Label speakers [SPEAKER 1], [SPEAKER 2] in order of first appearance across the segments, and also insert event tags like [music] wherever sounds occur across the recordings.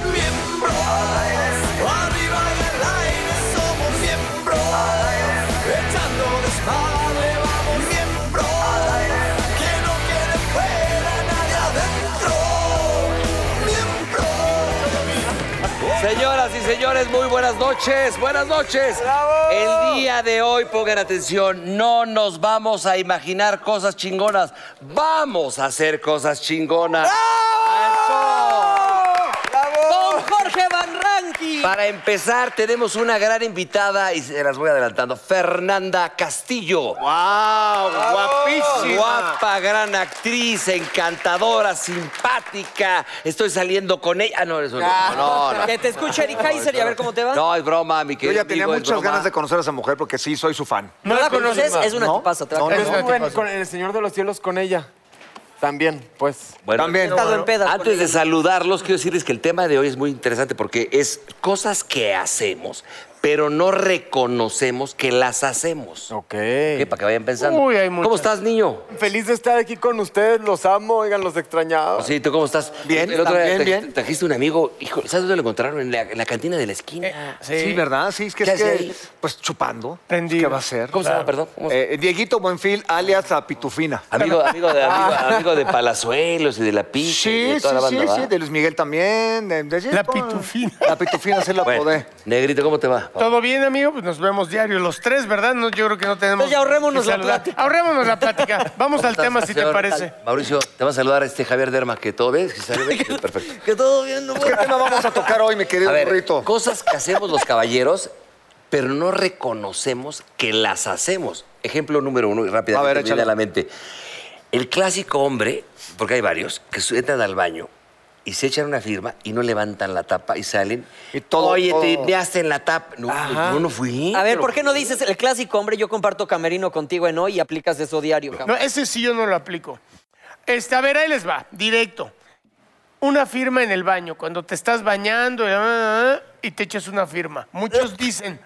[SPEAKER 1] Miembros, arriba y al aire somos miembros, echando desmadre vamos miembros, que no quiere fuera nadie adentro,
[SPEAKER 2] Señoras y señores, muy buenas noches, buenas noches. El día de hoy, pongan atención, no nos vamos a imaginar cosas chingonas, vamos a hacer cosas chingonas.
[SPEAKER 3] Don Jorge Van Ranqui.
[SPEAKER 2] Para empezar, tenemos una gran invitada y se las voy adelantando, Fernanda Castillo.
[SPEAKER 4] ¡Wow! ¡Guapísima!
[SPEAKER 2] Guapa, gran actriz, encantadora, simpática. Estoy saliendo con ella. Ah, no, eso no. No, no.
[SPEAKER 3] Que te escuche Eric Kaiser y a ver cómo te va.
[SPEAKER 2] No, es broma, mi
[SPEAKER 4] Yo
[SPEAKER 2] querido.
[SPEAKER 4] ya tenía
[SPEAKER 2] amigo, Eh, es
[SPEAKER 4] muchas
[SPEAKER 2] broma.
[SPEAKER 4] ganas de conocer a esa mujer porque sí, soy su fan.
[SPEAKER 3] No la conoces, es una
[SPEAKER 4] ¿No?
[SPEAKER 3] tipaza. te va a
[SPEAKER 4] No,
[SPEAKER 3] caer.
[SPEAKER 4] no,
[SPEAKER 5] Yo
[SPEAKER 4] no.
[SPEAKER 5] estuve en- con el Señor de los Cielos con ella. También, pues.
[SPEAKER 2] Bueno,
[SPEAKER 3] He
[SPEAKER 4] También.
[SPEAKER 3] estado en pedas con
[SPEAKER 2] Antes de
[SPEAKER 3] ella.
[SPEAKER 2] saludarlos, quiero decirles que el tema de hoy es muy interesante porque es cosas que hacemos, pero no reconocemos que las hacemos.
[SPEAKER 5] Ok.
[SPEAKER 2] ¿Qué? Para que vayan pensando.
[SPEAKER 5] Uy, hay
[SPEAKER 2] ¿Cómo
[SPEAKER 5] muchas.
[SPEAKER 2] estás, niño?
[SPEAKER 5] Feliz de estar aquí con ustedes, los amo, oigan, los extrañaba.
[SPEAKER 2] Pues Sí, ¿tú cómo estás?
[SPEAKER 4] Bien,
[SPEAKER 2] el otro día
[SPEAKER 4] también,
[SPEAKER 2] tra-
[SPEAKER 4] bien.
[SPEAKER 2] trajiste un amigo, hijo, ¿sabes dónde lo encontraron? En la, en la cantina de la esquina.
[SPEAKER 4] Sí. ¿verdad? Sí, es que
[SPEAKER 2] ¿Qué
[SPEAKER 4] es
[SPEAKER 2] hace
[SPEAKER 4] que,
[SPEAKER 2] ahí?
[SPEAKER 4] pues chupando.
[SPEAKER 5] Prendido.
[SPEAKER 4] ¿Qué va a ser?
[SPEAKER 2] ¿Cómo se llama, perdón? ¿Cómo se- Ah,
[SPEAKER 4] Eh, Dieguito Buenfil, alias la Pitufina.
[SPEAKER 2] Amigo, amigo de, amigo, amigo de Palazuelos y de la
[SPEAKER 4] Ah. Sí,
[SPEAKER 2] Picha y
[SPEAKER 4] sí,
[SPEAKER 2] de
[SPEAKER 4] sí,
[SPEAKER 2] toda la banda,
[SPEAKER 4] sí,
[SPEAKER 2] ¿va?
[SPEAKER 4] de Luis Miguel también. de- de-
[SPEAKER 6] La
[SPEAKER 4] todo.
[SPEAKER 6] Pitufina.
[SPEAKER 4] La Pitufina se la
[SPEAKER 2] Bueno,
[SPEAKER 4] podé.
[SPEAKER 2] Negrito, ¿cómo te va?
[SPEAKER 6] Todo bien, amigo, pues nos vemos diario los tres, ¿verdad? No, yo creo que no tenemos.
[SPEAKER 3] Entonces ya ahorrémonos
[SPEAKER 6] que
[SPEAKER 3] la
[SPEAKER 6] saludar.
[SPEAKER 3] plática.
[SPEAKER 6] Ahorrémonos
[SPEAKER 3] [laughs]
[SPEAKER 6] la plática. Vamos al
[SPEAKER 2] ¿Cómo
[SPEAKER 6] tema,
[SPEAKER 2] estás,
[SPEAKER 6] si te
[SPEAKER 2] señor?
[SPEAKER 6] parece.
[SPEAKER 2] Mauricio, te va a saludar este Javier Derma, que todo ves, que
[SPEAKER 4] [laughs]
[SPEAKER 2] sale bien. Sí, perfecto.
[SPEAKER 3] Que todo bien, no
[SPEAKER 4] ¿Qué
[SPEAKER 3] puedo.
[SPEAKER 4] tema vamos a tocar hoy, mi querido
[SPEAKER 2] A ver,
[SPEAKER 4] burrito?
[SPEAKER 2] cosas que hacemos los caballeros, pero no reconocemos que las hacemos. Ejemplo número uno, y rápidamente
[SPEAKER 4] A ver,
[SPEAKER 2] me viene a
[SPEAKER 4] échalo.
[SPEAKER 2] la mente. El clásico hombre, porque hay varios, que su- entran al baño y se echan una firma y no levantan la tapa y salen.
[SPEAKER 4] Y todo-
[SPEAKER 2] Oye, te
[SPEAKER 4] todo.
[SPEAKER 2] measte en la tapa. No, pues, yo no fui.
[SPEAKER 3] A ver,
[SPEAKER 2] pero-
[SPEAKER 3] ¿por qué no dices el clásico hombre? Yo comparto camerino contigo en hoy y aplicas eso diario,
[SPEAKER 6] No,
[SPEAKER 3] cabrón.
[SPEAKER 6] ese sí yo no lo aplico. Este, a ver, ahí les va, directo. Una firma en el baño, cuando te estás bañando y, ah, ah, y te echas una firma.
[SPEAKER 3] [laughs]
[SPEAKER 6] Muchos dicen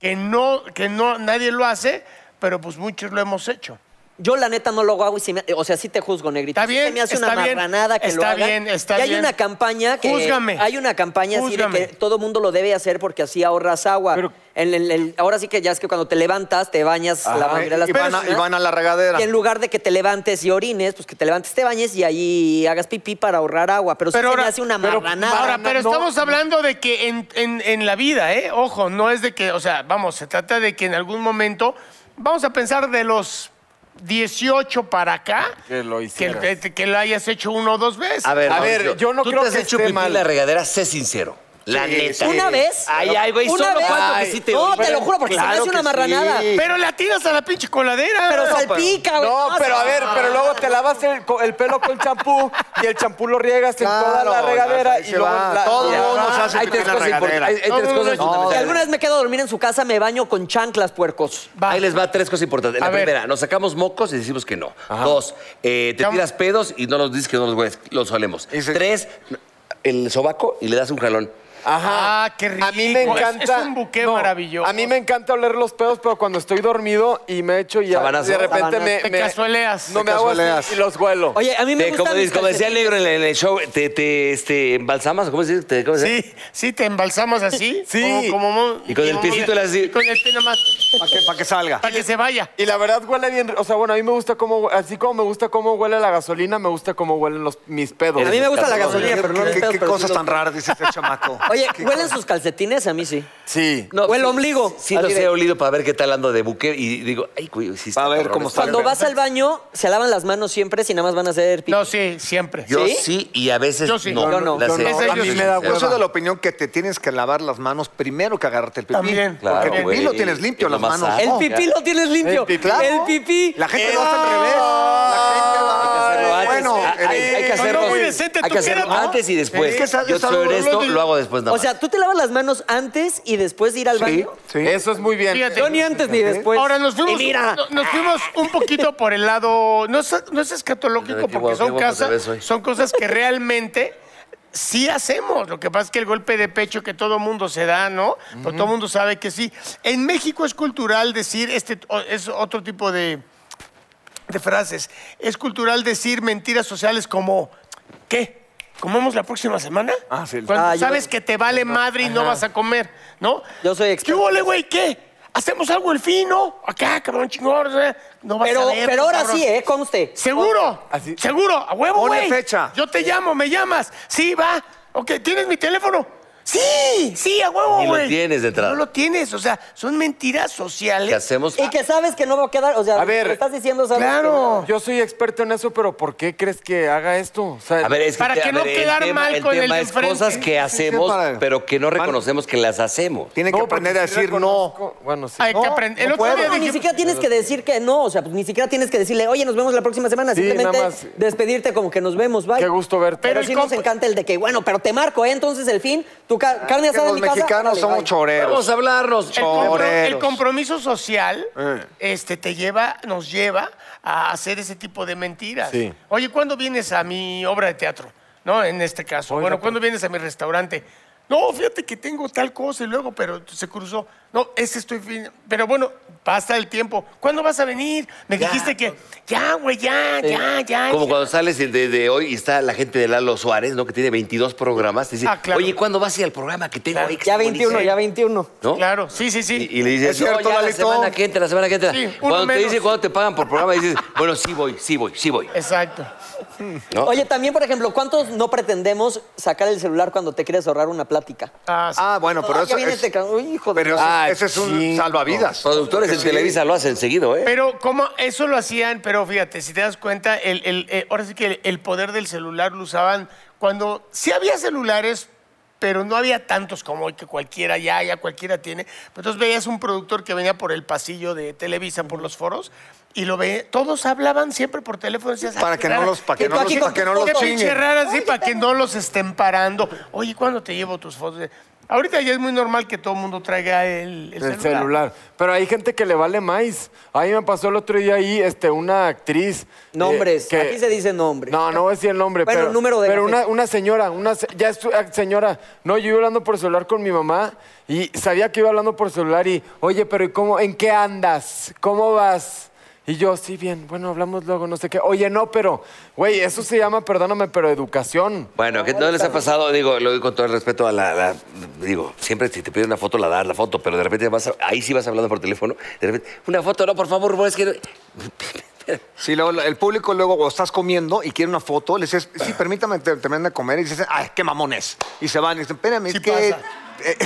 [SPEAKER 6] que no, que no, nadie lo hace, pero pues muchos lo hemos hecho.
[SPEAKER 3] Yo la neta no lo hago y si me- o sea, sí te juzgo, negrito.
[SPEAKER 6] Está
[SPEAKER 3] Sí
[SPEAKER 6] bien,
[SPEAKER 3] se me hace
[SPEAKER 6] está
[SPEAKER 3] una
[SPEAKER 6] bien,
[SPEAKER 3] marranada que lo
[SPEAKER 6] está
[SPEAKER 3] hagan.
[SPEAKER 6] bien, está
[SPEAKER 3] y hay
[SPEAKER 6] bien.
[SPEAKER 3] una campaña que
[SPEAKER 6] Júzgame.
[SPEAKER 3] hay una campaña así de que
[SPEAKER 6] Júzgame.
[SPEAKER 3] todo mundo lo debe hacer porque así ahorras agua.
[SPEAKER 5] Pero-
[SPEAKER 3] El- el- el- ahora sí que ya es que cuando te levantas te bañas la
[SPEAKER 4] Ajá,
[SPEAKER 3] mayoría de las
[SPEAKER 4] y, van a,
[SPEAKER 3] personas.
[SPEAKER 4] y van a la regadera.
[SPEAKER 3] Y en lugar de que te levantes y orines, pues que te levantes, te bañes y ahí hagas pipí para ahorrar agua. Pero, sí
[SPEAKER 6] Pero
[SPEAKER 3] se me
[SPEAKER 6] ahora-
[SPEAKER 3] hace una
[SPEAKER 6] pero-
[SPEAKER 3] marranada.
[SPEAKER 6] Ahora, pero
[SPEAKER 3] No.
[SPEAKER 6] estamos hablando de que en, en- en la vida, ¿eh? Ojo, no es de que, o sea, vamos, se trata de que en algún momento, vamos a pensar de los 18 para acá,
[SPEAKER 5] Que lo hicieras.
[SPEAKER 6] que, te- que lo hayas hecho uno o dos veces.
[SPEAKER 2] A ver,
[SPEAKER 5] A ver,
[SPEAKER 2] Mauricio,
[SPEAKER 5] yo no
[SPEAKER 2] ¿tú
[SPEAKER 5] creo
[SPEAKER 2] te has
[SPEAKER 5] que
[SPEAKER 2] hecho
[SPEAKER 5] esté
[SPEAKER 2] pipí en
[SPEAKER 5] mal.
[SPEAKER 2] la regadera, sé sincero. La neta.
[SPEAKER 3] ¿Una vez?
[SPEAKER 2] Ay, ay, güey,
[SPEAKER 3] Una
[SPEAKER 2] solo
[SPEAKER 3] vez.
[SPEAKER 2] cuatro que sí te
[SPEAKER 3] No,
[SPEAKER 2] oí.
[SPEAKER 3] te lo juro, porque se me hace una marranada.
[SPEAKER 6] Pero la tiras a la pinche coladera.
[SPEAKER 3] Pero salpica, güey.
[SPEAKER 5] No, pero a ver, pero luego te lavas el, co- el pelo con champú y el champú lo riegas en toda la
[SPEAKER 4] Claro,
[SPEAKER 5] regadera
[SPEAKER 4] ahí
[SPEAKER 5] y
[SPEAKER 4] se
[SPEAKER 5] luego
[SPEAKER 4] va.
[SPEAKER 5] la-
[SPEAKER 4] Todo
[SPEAKER 5] la-
[SPEAKER 4] el mundo se hace
[SPEAKER 2] Hay
[SPEAKER 4] pipí
[SPEAKER 2] tres
[SPEAKER 4] en la
[SPEAKER 2] cosas
[SPEAKER 4] regadera.
[SPEAKER 2] importantes. Hay, hay
[SPEAKER 6] No,
[SPEAKER 2] tres
[SPEAKER 6] no, no,
[SPEAKER 2] cosas
[SPEAKER 6] no.
[SPEAKER 3] Si
[SPEAKER 2] fundamentales.
[SPEAKER 3] alguna vez me quedo a dormir en su casa, me baño con chanclas, puercos.
[SPEAKER 6] Va.
[SPEAKER 2] Ahí les va tres cosas importantes. La
[SPEAKER 6] A ver.
[SPEAKER 2] primera, nos sacamos mocos y decimos que no. Dos, eh, te
[SPEAKER 6] Ya-
[SPEAKER 2] tiras pedos y no los dices que no los hueles, los olemos.
[SPEAKER 4] Y se-
[SPEAKER 2] Tres, el sobaco y le das un jalón.
[SPEAKER 5] Ajá.
[SPEAKER 6] Ah, qué rico.
[SPEAKER 5] A mí me
[SPEAKER 6] Es-
[SPEAKER 5] encanta.
[SPEAKER 6] Es, un buque
[SPEAKER 5] no,
[SPEAKER 6] maravilloso.
[SPEAKER 5] A mí me encanta oler los pedos, pero cuando estoy dormido y me echo y ya-
[SPEAKER 2] Sabanazo.
[SPEAKER 5] de repente
[SPEAKER 3] Sabanazo.
[SPEAKER 5] me,
[SPEAKER 6] Te
[SPEAKER 5] me-
[SPEAKER 6] cazueleas.
[SPEAKER 5] No
[SPEAKER 4] Te
[SPEAKER 5] me hago
[SPEAKER 4] cazueleas.
[SPEAKER 5] así y los huelo.
[SPEAKER 3] Oye, a mí me
[SPEAKER 2] Te-
[SPEAKER 3] gusta
[SPEAKER 2] como, dice- como decía el negro en el, en el show, te, te, este, embalsamas, ¿cómo se dice? Te- ¿cómo se dice?
[SPEAKER 6] Sí, sí, te embalsamas así.
[SPEAKER 5] Sí.
[SPEAKER 6] Como, como mo-
[SPEAKER 2] Y con el
[SPEAKER 6] como-
[SPEAKER 2] piecito le haces así.
[SPEAKER 6] y Con el pie nomás,
[SPEAKER 4] Para que, pa' que salga.
[SPEAKER 6] para que se vaya.
[SPEAKER 5] Y la verdad huele bien, o sea, bueno, a mí me gusta cómo, así como me gusta cómo huele la gasolina, me gusta cómo huelen los, mis pedos.
[SPEAKER 3] A mí me gusta la gasolina, pero no los
[SPEAKER 4] ¿Qué,
[SPEAKER 3] pedos,
[SPEAKER 4] qué
[SPEAKER 3] pero sí
[SPEAKER 4] cosas
[SPEAKER 3] los-
[SPEAKER 4] tan raras dice este chamaco?
[SPEAKER 3] Oye,
[SPEAKER 4] ¿Qué
[SPEAKER 3] ¿huelen sus calcetines? A mí sí.
[SPEAKER 5] Sí.
[SPEAKER 2] No,
[SPEAKER 3] o el
[SPEAKER 2] sí-
[SPEAKER 3] ombligo.
[SPEAKER 2] Sí, los
[SPEAKER 3] Así de-
[SPEAKER 2] he olido para ver qué tal ando de buque y digo, ay, güey, sí está
[SPEAKER 4] A ver
[SPEAKER 2] cabrón
[SPEAKER 4] cómo
[SPEAKER 2] esto.
[SPEAKER 4] está.
[SPEAKER 3] Cuando vas al baño, se lavan las manos siempre si nada más van a hacer pipí.
[SPEAKER 6] No, sí, siempre.
[SPEAKER 2] Yo
[SPEAKER 3] ¿Sí?
[SPEAKER 2] sí, y a veces
[SPEAKER 6] Yo sí.
[SPEAKER 2] no.
[SPEAKER 3] Yo no,
[SPEAKER 2] Las
[SPEAKER 3] yo
[SPEAKER 2] he-
[SPEAKER 6] no. Esa yo
[SPEAKER 2] a mí
[SPEAKER 6] sí.
[SPEAKER 2] me da
[SPEAKER 4] Yo soy
[SPEAKER 2] hueva.
[SPEAKER 4] de la opinión que te tienes que lavar las manos primero que agarrarte el pipí.
[SPEAKER 6] También.
[SPEAKER 4] Porque
[SPEAKER 2] Claro,
[SPEAKER 4] el pipí
[SPEAKER 2] güey.
[SPEAKER 4] lo tienes limpio,
[SPEAKER 2] Es lo
[SPEAKER 4] las
[SPEAKER 2] más
[SPEAKER 4] manos.
[SPEAKER 2] sano.
[SPEAKER 3] El
[SPEAKER 4] no.
[SPEAKER 3] pipí lo tienes limpio.
[SPEAKER 5] El pipí, claro.
[SPEAKER 3] El pipí.
[SPEAKER 4] La gente lo hace al revés. La gente lo hace.
[SPEAKER 2] Bueno,
[SPEAKER 4] Bueno,
[SPEAKER 2] Ah, hay,
[SPEAKER 4] eh,
[SPEAKER 2] hay que
[SPEAKER 6] Sonó
[SPEAKER 2] hacerlo,
[SPEAKER 6] muy decente
[SPEAKER 2] hay
[SPEAKER 6] tu
[SPEAKER 2] que hacerlo
[SPEAKER 6] cara, ¿no?
[SPEAKER 2] antes y después.
[SPEAKER 4] Es que esa-
[SPEAKER 2] Yo
[SPEAKER 4] esa-
[SPEAKER 2] soy
[SPEAKER 4] lo-
[SPEAKER 2] esto,
[SPEAKER 6] lo-
[SPEAKER 2] lo hago después nada
[SPEAKER 3] O
[SPEAKER 2] más.
[SPEAKER 3] sea, ¿tú te lavas las manos antes y después de ir al
[SPEAKER 4] sí,
[SPEAKER 3] baño?
[SPEAKER 4] sí.
[SPEAKER 5] Eso es muy bien.
[SPEAKER 6] Fíjate.
[SPEAKER 3] Yo ni antes ni después.
[SPEAKER 6] Ahora nos fuimos,
[SPEAKER 3] pues, Y mira.
[SPEAKER 6] no- nos fuimos un poquito por el lado. No es, no es escatológico
[SPEAKER 2] Qué
[SPEAKER 6] porque
[SPEAKER 2] guapo, qué
[SPEAKER 6] son,
[SPEAKER 2] guapo te
[SPEAKER 6] casas-
[SPEAKER 2] ves hoy.
[SPEAKER 6] son cosas que realmente sí hacemos. Lo que pasa es que el golpe de pecho que todo mundo se da, ¿no? Pero todo mundo sabe que sí. En México es cultural decir este o- es otro tipo de de frases. Es cultural decir mentiras sociales como, ¿qué? ¿Comemos la próxima semana?
[SPEAKER 5] Ah, sí.
[SPEAKER 6] Cuando
[SPEAKER 3] Ah, yo-
[SPEAKER 6] sabes que te vale madre y no vas a comer, ¿no?
[SPEAKER 3] Yo soy
[SPEAKER 6] ¿Qué
[SPEAKER 3] experto
[SPEAKER 6] huele, güey? ¿Qué? ¿Hacemos algo el fino? Acá, cabrón chingón. o sea, No vas a
[SPEAKER 3] Pero,
[SPEAKER 6] ver,
[SPEAKER 3] pero ahora
[SPEAKER 6] cabrón.
[SPEAKER 3] sí, ¿eh? Conste.
[SPEAKER 6] ¿Seguro?
[SPEAKER 5] Así-
[SPEAKER 6] ¿Seguro? ¿A huevo,
[SPEAKER 5] Ponle
[SPEAKER 6] güey?
[SPEAKER 5] fecha.
[SPEAKER 6] Yo te llamo, me llamas. Sí, va. Ok, ¿tienes mi teléfono? Sí, sí, a huevo,
[SPEAKER 2] Ni
[SPEAKER 6] güey.
[SPEAKER 2] lo tienes detrás.
[SPEAKER 6] No lo tienes, o sea, son mentiras sociales.
[SPEAKER 2] ¿Qué hacemos?
[SPEAKER 3] Y que sabes que no va a quedar. O sea,
[SPEAKER 5] A ver.
[SPEAKER 3] lo que estás diciendo, sabes.
[SPEAKER 6] Claro.
[SPEAKER 5] Yo soy experto en eso, pero ¿por qué crees que haga esto? O sea,
[SPEAKER 2] A ver, es que,
[SPEAKER 6] Para
[SPEAKER 2] te- a
[SPEAKER 6] que no
[SPEAKER 2] ver,
[SPEAKER 6] quedar mal
[SPEAKER 2] el
[SPEAKER 6] con el
[SPEAKER 2] tema
[SPEAKER 6] de
[SPEAKER 2] es
[SPEAKER 6] enfrente.
[SPEAKER 2] cosas que hacemos,
[SPEAKER 4] para-
[SPEAKER 2] pero que no
[SPEAKER 4] Van-
[SPEAKER 2] reconocemos que las hacemos.
[SPEAKER 4] Tienen que
[SPEAKER 5] no,
[SPEAKER 4] aprender
[SPEAKER 5] porque
[SPEAKER 4] a
[SPEAKER 5] sí
[SPEAKER 4] decir no.
[SPEAKER 5] reconozco- Bueno, sí.
[SPEAKER 6] Hay
[SPEAKER 5] No,
[SPEAKER 6] que aprender. El
[SPEAKER 5] no
[SPEAKER 6] otro
[SPEAKER 5] puedo.
[SPEAKER 6] día
[SPEAKER 3] No, Ah, ni
[SPEAKER 6] dije-
[SPEAKER 3] siquiera tienes que decir que no, o sea, pues ni siquiera tienes que decirle, oye, nos vemos la próxima semana,
[SPEAKER 5] Sí,
[SPEAKER 3] simplemente
[SPEAKER 5] nada más.
[SPEAKER 3] despedirte como que nos vemos, bye.
[SPEAKER 5] Qué gusto verte.
[SPEAKER 3] Pero,
[SPEAKER 6] Pero
[SPEAKER 3] sí
[SPEAKER 6] el
[SPEAKER 3] nos
[SPEAKER 6] compa-
[SPEAKER 3] encanta el de que, bueno, pero te marco, ¿eh? Entonces el fin, tu ca- carne
[SPEAKER 4] Ah, Que
[SPEAKER 3] asada en mi
[SPEAKER 4] los
[SPEAKER 3] casa.
[SPEAKER 4] mexicanos
[SPEAKER 3] órale,
[SPEAKER 4] somos
[SPEAKER 3] bye.
[SPEAKER 4] choreros.
[SPEAKER 2] Vamos a hablarnos,
[SPEAKER 6] El, compro-
[SPEAKER 4] Choreros.
[SPEAKER 6] el compromiso social
[SPEAKER 4] Eh.
[SPEAKER 6] este, te lleva, nos lleva a hacer ese tipo de mentiras.
[SPEAKER 5] Sí.
[SPEAKER 6] Oye, ¿cuándo vienes a mi obra de teatro? No, en este caso.
[SPEAKER 5] Oiga,
[SPEAKER 6] bueno,
[SPEAKER 5] pero-
[SPEAKER 6] ¿cuándo vienes a mi restaurante? No, fíjate que tengo tal cosa y luego, pero se cruzó. No, ese estoy fin. Pero bueno, pasa el tiempo. ¿Cuándo vas a venir? Me dijiste que. Ya, güey, ya, ya, ya.
[SPEAKER 2] Como
[SPEAKER 6] ya.
[SPEAKER 2] cuando sales el de, de hoy y está la gente de Lalo Suárez, ¿no? Que tiene 22 programas. Te dice,
[SPEAKER 6] Ah, claro.
[SPEAKER 2] oye, ¿cuándo vas a ir al programa que tengo ahí? que
[SPEAKER 3] Ya
[SPEAKER 2] está
[SPEAKER 3] 21,
[SPEAKER 2] buenísimo?"
[SPEAKER 3] ya 21.
[SPEAKER 2] ¿No?
[SPEAKER 6] Claro, sí, sí, sí.
[SPEAKER 2] Y, y le dices,
[SPEAKER 4] Es cierto,
[SPEAKER 2] "No, ya la
[SPEAKER 4] Lalito".
[SPEAKER 2] semana que entra, la semana que entra.
[SPEAKER 6] Sí, uno
[SPEAKER 2] cuando te
[SPEAKER 6] menos.
[SPEAKER 2] dice cuándo te pagan por programa, dices, bueno, sí voy, sí voy, sí voy.
[SPEAKER 6] Exacto.
[SPEAKER 2] ¿no?
[SPEAKER 3] Oye, también, por ejemplo, ¿cuántos no pretendemos sacar el celular cuando te quieres ahorrar una plática?
[SPEAKER 6] Ah, sí.
[SPEAKER 4] Ah, bueno, pero
[SPEAKER 3] Ah,
[SPEAKER 4] eso
[SPEAKER 3] ya viene
[SPEAKER 4] es...
[SPEAKER 3] este ca- Uy, hijo de-
[SPEAKER 4] Pero eso-
[SPEAKER 2] Ah,
[SPEAKER 4] ese es un
[SPEAKER 2] chingo.
[SPEAKER 4] salvavidas.
[SPEAKER 2] Los productores en
[SPEAKER 4] Sí.
[SPEAKER 2] Televisa lo hacen seguido, ¿eh?
[SPEAKER 6] Pero como eso lo hacían, pero fíjate, si te das cuenta, el, el- eh, ahora sí que el, el poder del celular lo usaban cuando sí había celulares, pero no había tantos como hoy que cualquiera ya, ya cualquiera tiene. Pero entonces veías un productor que venía por el pasillo de Televisa, por los foros, y lo veía, todos hablaban siempre por teléfono. decías, "Ay,
[SPEAKER 4] Para
[SPEAKER 6] qué
[SPEAKER 4] que no
[SPEAKER 6] rara".
[SPEAKER 4] los, para que
[SPEAKER 3] Y tú
[SPEAKER 4] no los,
[SPEAKER 3] aquí
[SPEAKER 4] para
[SPEAKER 3] con
[SPEAKER 4] que no
[SPEAKER 3] tu
[SPEAKER 4] los
[SPEAKER 6] Qué
[SPEAKER 3] foto.
[SPEAKER 6] pinche
[SPEAKER 4] chinguen.
[SPEAKER 6] rara, sí, para que no los estén parando. Oye, ¿cuándo te llevo tus fotos? Ahorita ya es muy normal que todo el mundo traiga el,
[SPEAKER 5] El celular. Pero hay gente que le vale más. A mí me pasó el otro día ahí este, una actriz.
[SPEAKER 3] Nombres,
[SPEAKER 5] que-
[SPEAKER 3] aquí se dice nombres.
[SPEAKER 5] No, no voy a decir el nombre.
[SPEAKER 3] Bueno,
[SPEAKER 5] pero,
[SPEAKER 3] número de
[SPEAKER 5] Pero
[SPEAKER 3] la
[SPEAKER 5] una,
[SPEAKER 3] fecha.
[SPEAKER 5] una señora, una se- ya es tu- ah, señora. No, yo iba hablando por celular con mi mamá y sabía que iba hablando por celular y, oye, pero ¿y cómo, ¿en qué andas? ¿Cómo vas? Y yo, sí, bien, bueno, hablamos luego, no sé qué. Oye, no, pero, güey, eso se llama, perdóname, pero educación.
[SPEAKER 2] Bueno, ¿qué no les ha pasado? Digo, lo digo con todo el respeto a la, la- Digo, siempre si te piden una foto, la das, la foto, pero de repente vas a- ahí sí vas hablando por teléfono. De repente, una foto, no, por favor, es que. no-".
[SPEAKER 4] Si luego el público luego o estás comiendo y quiere una foto, le dices, sí, permítame te- terminar de comer. Y dices, ay, qué mamones. Y se van y dicen, espérame,
[SPEAKER 6] Sí
[SPEAKER 4] es que...
[SPEAKER 6] pasa.
[SPEAKER 4] [laughs] eh,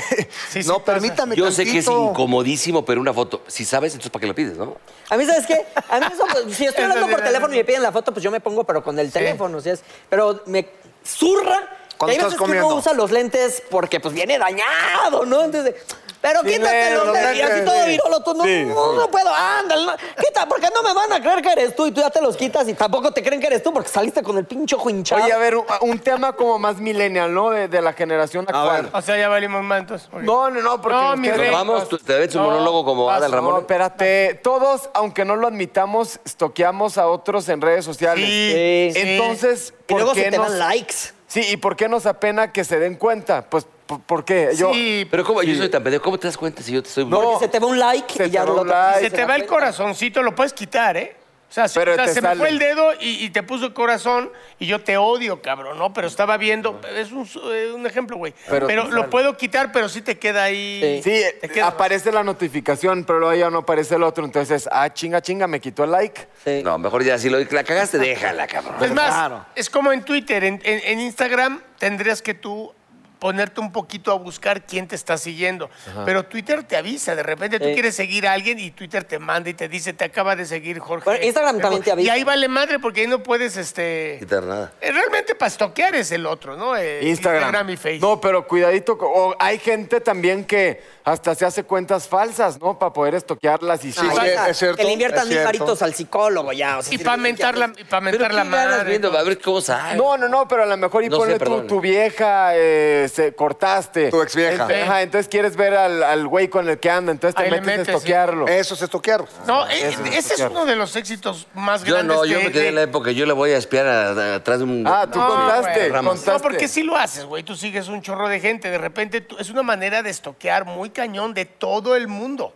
[SPEAKER 6] Sí, sí
[SPEAKER 4] no,
[SPEAKER 6] pasa.
[SPEAKER 4] permítame
[SPEAKER 2] Yo sé que es
[SPEAKER 4] tantito".
[SPEAKER 2] incomodísimo, pero una foto. Si sabes, entonces ¿para qué la pides, no?
[SPEAKER 3] A mí, ¿sabes qué? A mí eso, pues, si estoy
[SPEAKER 6] Eso
[SPEAKER 3] hablando
[SPEAKER 6] sí,
[SPEAKER 3] por
[SPEAKER 6] no,
[SPEAKER 3] teléfono y
[SPEAKER 6] no.
[SPEAKER 3] me piden la foto, pues yo me pongo, pero con el teléfono, ¿sí? es? Pero me zurra.
[SPEAKER 4] Cuando
[SPEAKER 3] y hay
[SPEAKER 4] estás
[SPEAKER 3] veces que
[SPEAKER 4] comiendo.
[SPEAKER 3] uno usa los lentes porque pues viene dañado, ¿no? Entonces, pero
[SPEAKER 5] Sí,
[SPEAKER 3] quítate
[SPEAKER 5] bueno,
[SPEAKER 3] los
[SPEAKER 5] los
[SPEAKER 3] lentes y así
[SPEAKER 5] lentes,
[SPEAKER 3] todo
[SPEAKER 5] sí.
[SPEAKER 3] virolo, tú no,
[SPEAKER 5] Sí,
[SPEAKER 3] no,
[SPEAKER 5] sí.
[SPEAKER 3] no puedo, ándale, no. quita, porque no me van a creer que eres tú y tú ya te los quitas y tampoco te creen que eres tú porque saliste con el pinche ojo hinchado.
[SPEAKER 5] Oye, a ver, un, un tema como más millennial, ¿no? De, de la generación
[SPEAKER 4] ver.
[SPEAKER 5] actual.
[SPEAKER 6] O sea, ya valimos mantos. Ok.
[SPEAKER 5] No, no, no, porque
[SPEAKER 6] No, mi
[SPEAKER 5] ustedes-
[SPEAKER 6] rey.
[SPEAKER 2] Nos vamos, tú- te ves un monólogo como
[SPEAKER 6] paso,
[SPEAKER 2] Adal
[SPEAKER 5] No,
[SPEAKER 2] Ramón.
[SPEAKER 5] espérate. Todos, aunque no lo admitamos, estoqueamos a otros en redes sociales.
[SPEAKER 6] Sí,
[SPEAKER 3] Sí.
[SPEAKER 5] Entonces,
[SPEAKER 3] y
[SPEAKER 5] ¿por
[SPEAKER 3] luego
[SPEAKER 5] qué
[SPEAKER 3] se te
[SPEAKER 5] nos-
[SPEAKER 3] dan likes.
[SPEAKER 5] Sí, ¿y por qué nos apena que se den cuenta? Pues, ¿por, por qué? Yo,
[SPEAKER 6] sí,
[SPEAKER 2] Pero ¿cómo? Yo soy tan pendejo. ¿Cómo te das cuenta si yo te estoy...
[SPEAKER 5] No.
[SPEAKER 3] Porque se te va un like
[SPEAKER 5] Se
[SPEAKER 3] y ya
[SPEAKER 5] te va
[SPEAKER 3] lo
[SPEAKER 5] un like.
[SPEAKER 6] se te va el corazoncito, lo puedes quitar, ¿eh? O sea, si-
[SPEAKER 5] Pero
[SPEAKER 6] o sea,
[SPEAKER 5] te
[SPEAKER 6] se me
[SPEAKER 5] sale.
[SPEAKER 6] fue el dedo y, y te puso el corazón y yo te odio, cabrón, ¿no? Pero estaba viendo, es un, su- eh, un ejemplo, güey. Pero,
[SPEAKER 5] Pero te
[SPEAKER 6] lo
[SPEAKER 5] sale.
[SPEAKER 6] puedo quitar, pero sí te queda ahí.
[SPEAKER 5] Sí, eh,
[SPEAKER 6] te queda-
[SPEAKER 5] aparece la notificación, pero luego ya no aparece el otro. Entonces, ah, chinga, chinga, me quitó el like.
[SPEAKER 2] No, mejor ya si lo, la cagaste, déjala, cabrón.
[SPEAKER 6] Es más,
[SPEAKER 5] Claro.
[SPEAKER 6] es como en Twitter, en, en- en Instagram tendrías que tú ponerte un poquito a buscar quién te está siguiendo. Pero Twitter te avisa, de repente tú quieres seguir a alguien y Twitter te manda y te dice, te acaba de seguir Jorge.
[SPEAKER 3] Bueno, Instagram también te avisa.
[SPEAKER 6] Y ahí vale madre porque ahí no puedes, este...
[SPEAKER 2] quitar nada.
[SPEAKER 6] eh, Realmente para estoquear es el otro, ¿no? Eh,
[SPEAKER 5] Instagram.
[SPEAKER 6] y Facebook.
[SPEAKER 5] No, pero cuidadito. co- o hay gente también que hasta se hace cuentas falsas, ¿no? Para poder estoquearlas y sí.
[SPEAKER 4] Ay,
[SPEAKER 3] Oye,
[SPEAKER 4] es cierto,
[SPEAKER 3] Que le inviertan
[SPEAKER 4] es
[SPEAKER 3] mil
[SPEAKER 4] cierto.
[SPEAKER 3] paritos al psicólogo ya. O sea,
[SPEAKER 6] y
[SPEAKER 3] si
[SPEAKER 6] para
[SPEAKER 3] le-
[SPEAKER 6] mentar la, y pa'
[SPEAKER 2] Pero
[SPEAKER 6] mentar la
[SPEAKER 2] ¿qué ganas
[SPEAKER 6] madre.
[SPEAKER 2] viendo? A ver cómo sale.
[SPEAKER 5] No, no, no, pero a lo mejor y
[SPEAKER 2] No sé,
[SPEAKER 5] ponle tú,
[SPEAKER 2] perdón.
[SPEAKER 5] tu vieja, eh, se cortaste.
[SPEAKER 4] Tu exvieja.
[SPEAKER 5] Ent- Ajá, entonces quieres ver al al güey con el que anda, entonces te
[SPEAKER 6] Ahí le
[SPEAKER 5] metes,
[SPEAKER 6] metes,
[SPEAKER 5] a estoquearlo.
[SPEAKER 3] Eh,
[SPEAKER 4] Eso es estoquear.
[SPEAKER 6] No, eh,
[SPEAKER 5] Eso es
[SPEAKER 6] ese es
[SPEAKER 5] estoquear.
[SPEAKER 6] uno de los éxitos más
[SPEAKER 2] Yo
[SPEAKER 6] grandes
[SPEAKER 2] no, yo
[SPEAKER 6] de-
[SPEAKER 2] me quedé
[SPEAKER 6] de-
[SPEAKER 2] en la época. Yo le voy a espiar a- a- atrás de un...
[SPEAKER 5] Ah, tú
[SPEAKER 6] No,
[SPEAKER 5] contaste,
[SPEAKER 6] güey.
[SPEAKER 5] contaste.
[SPEAKER 6] No, porque sí lo haces, güey. Tú sigues un chorro de gente. De repente tú- es una manera de estoquear muy cañón de todo el mundo.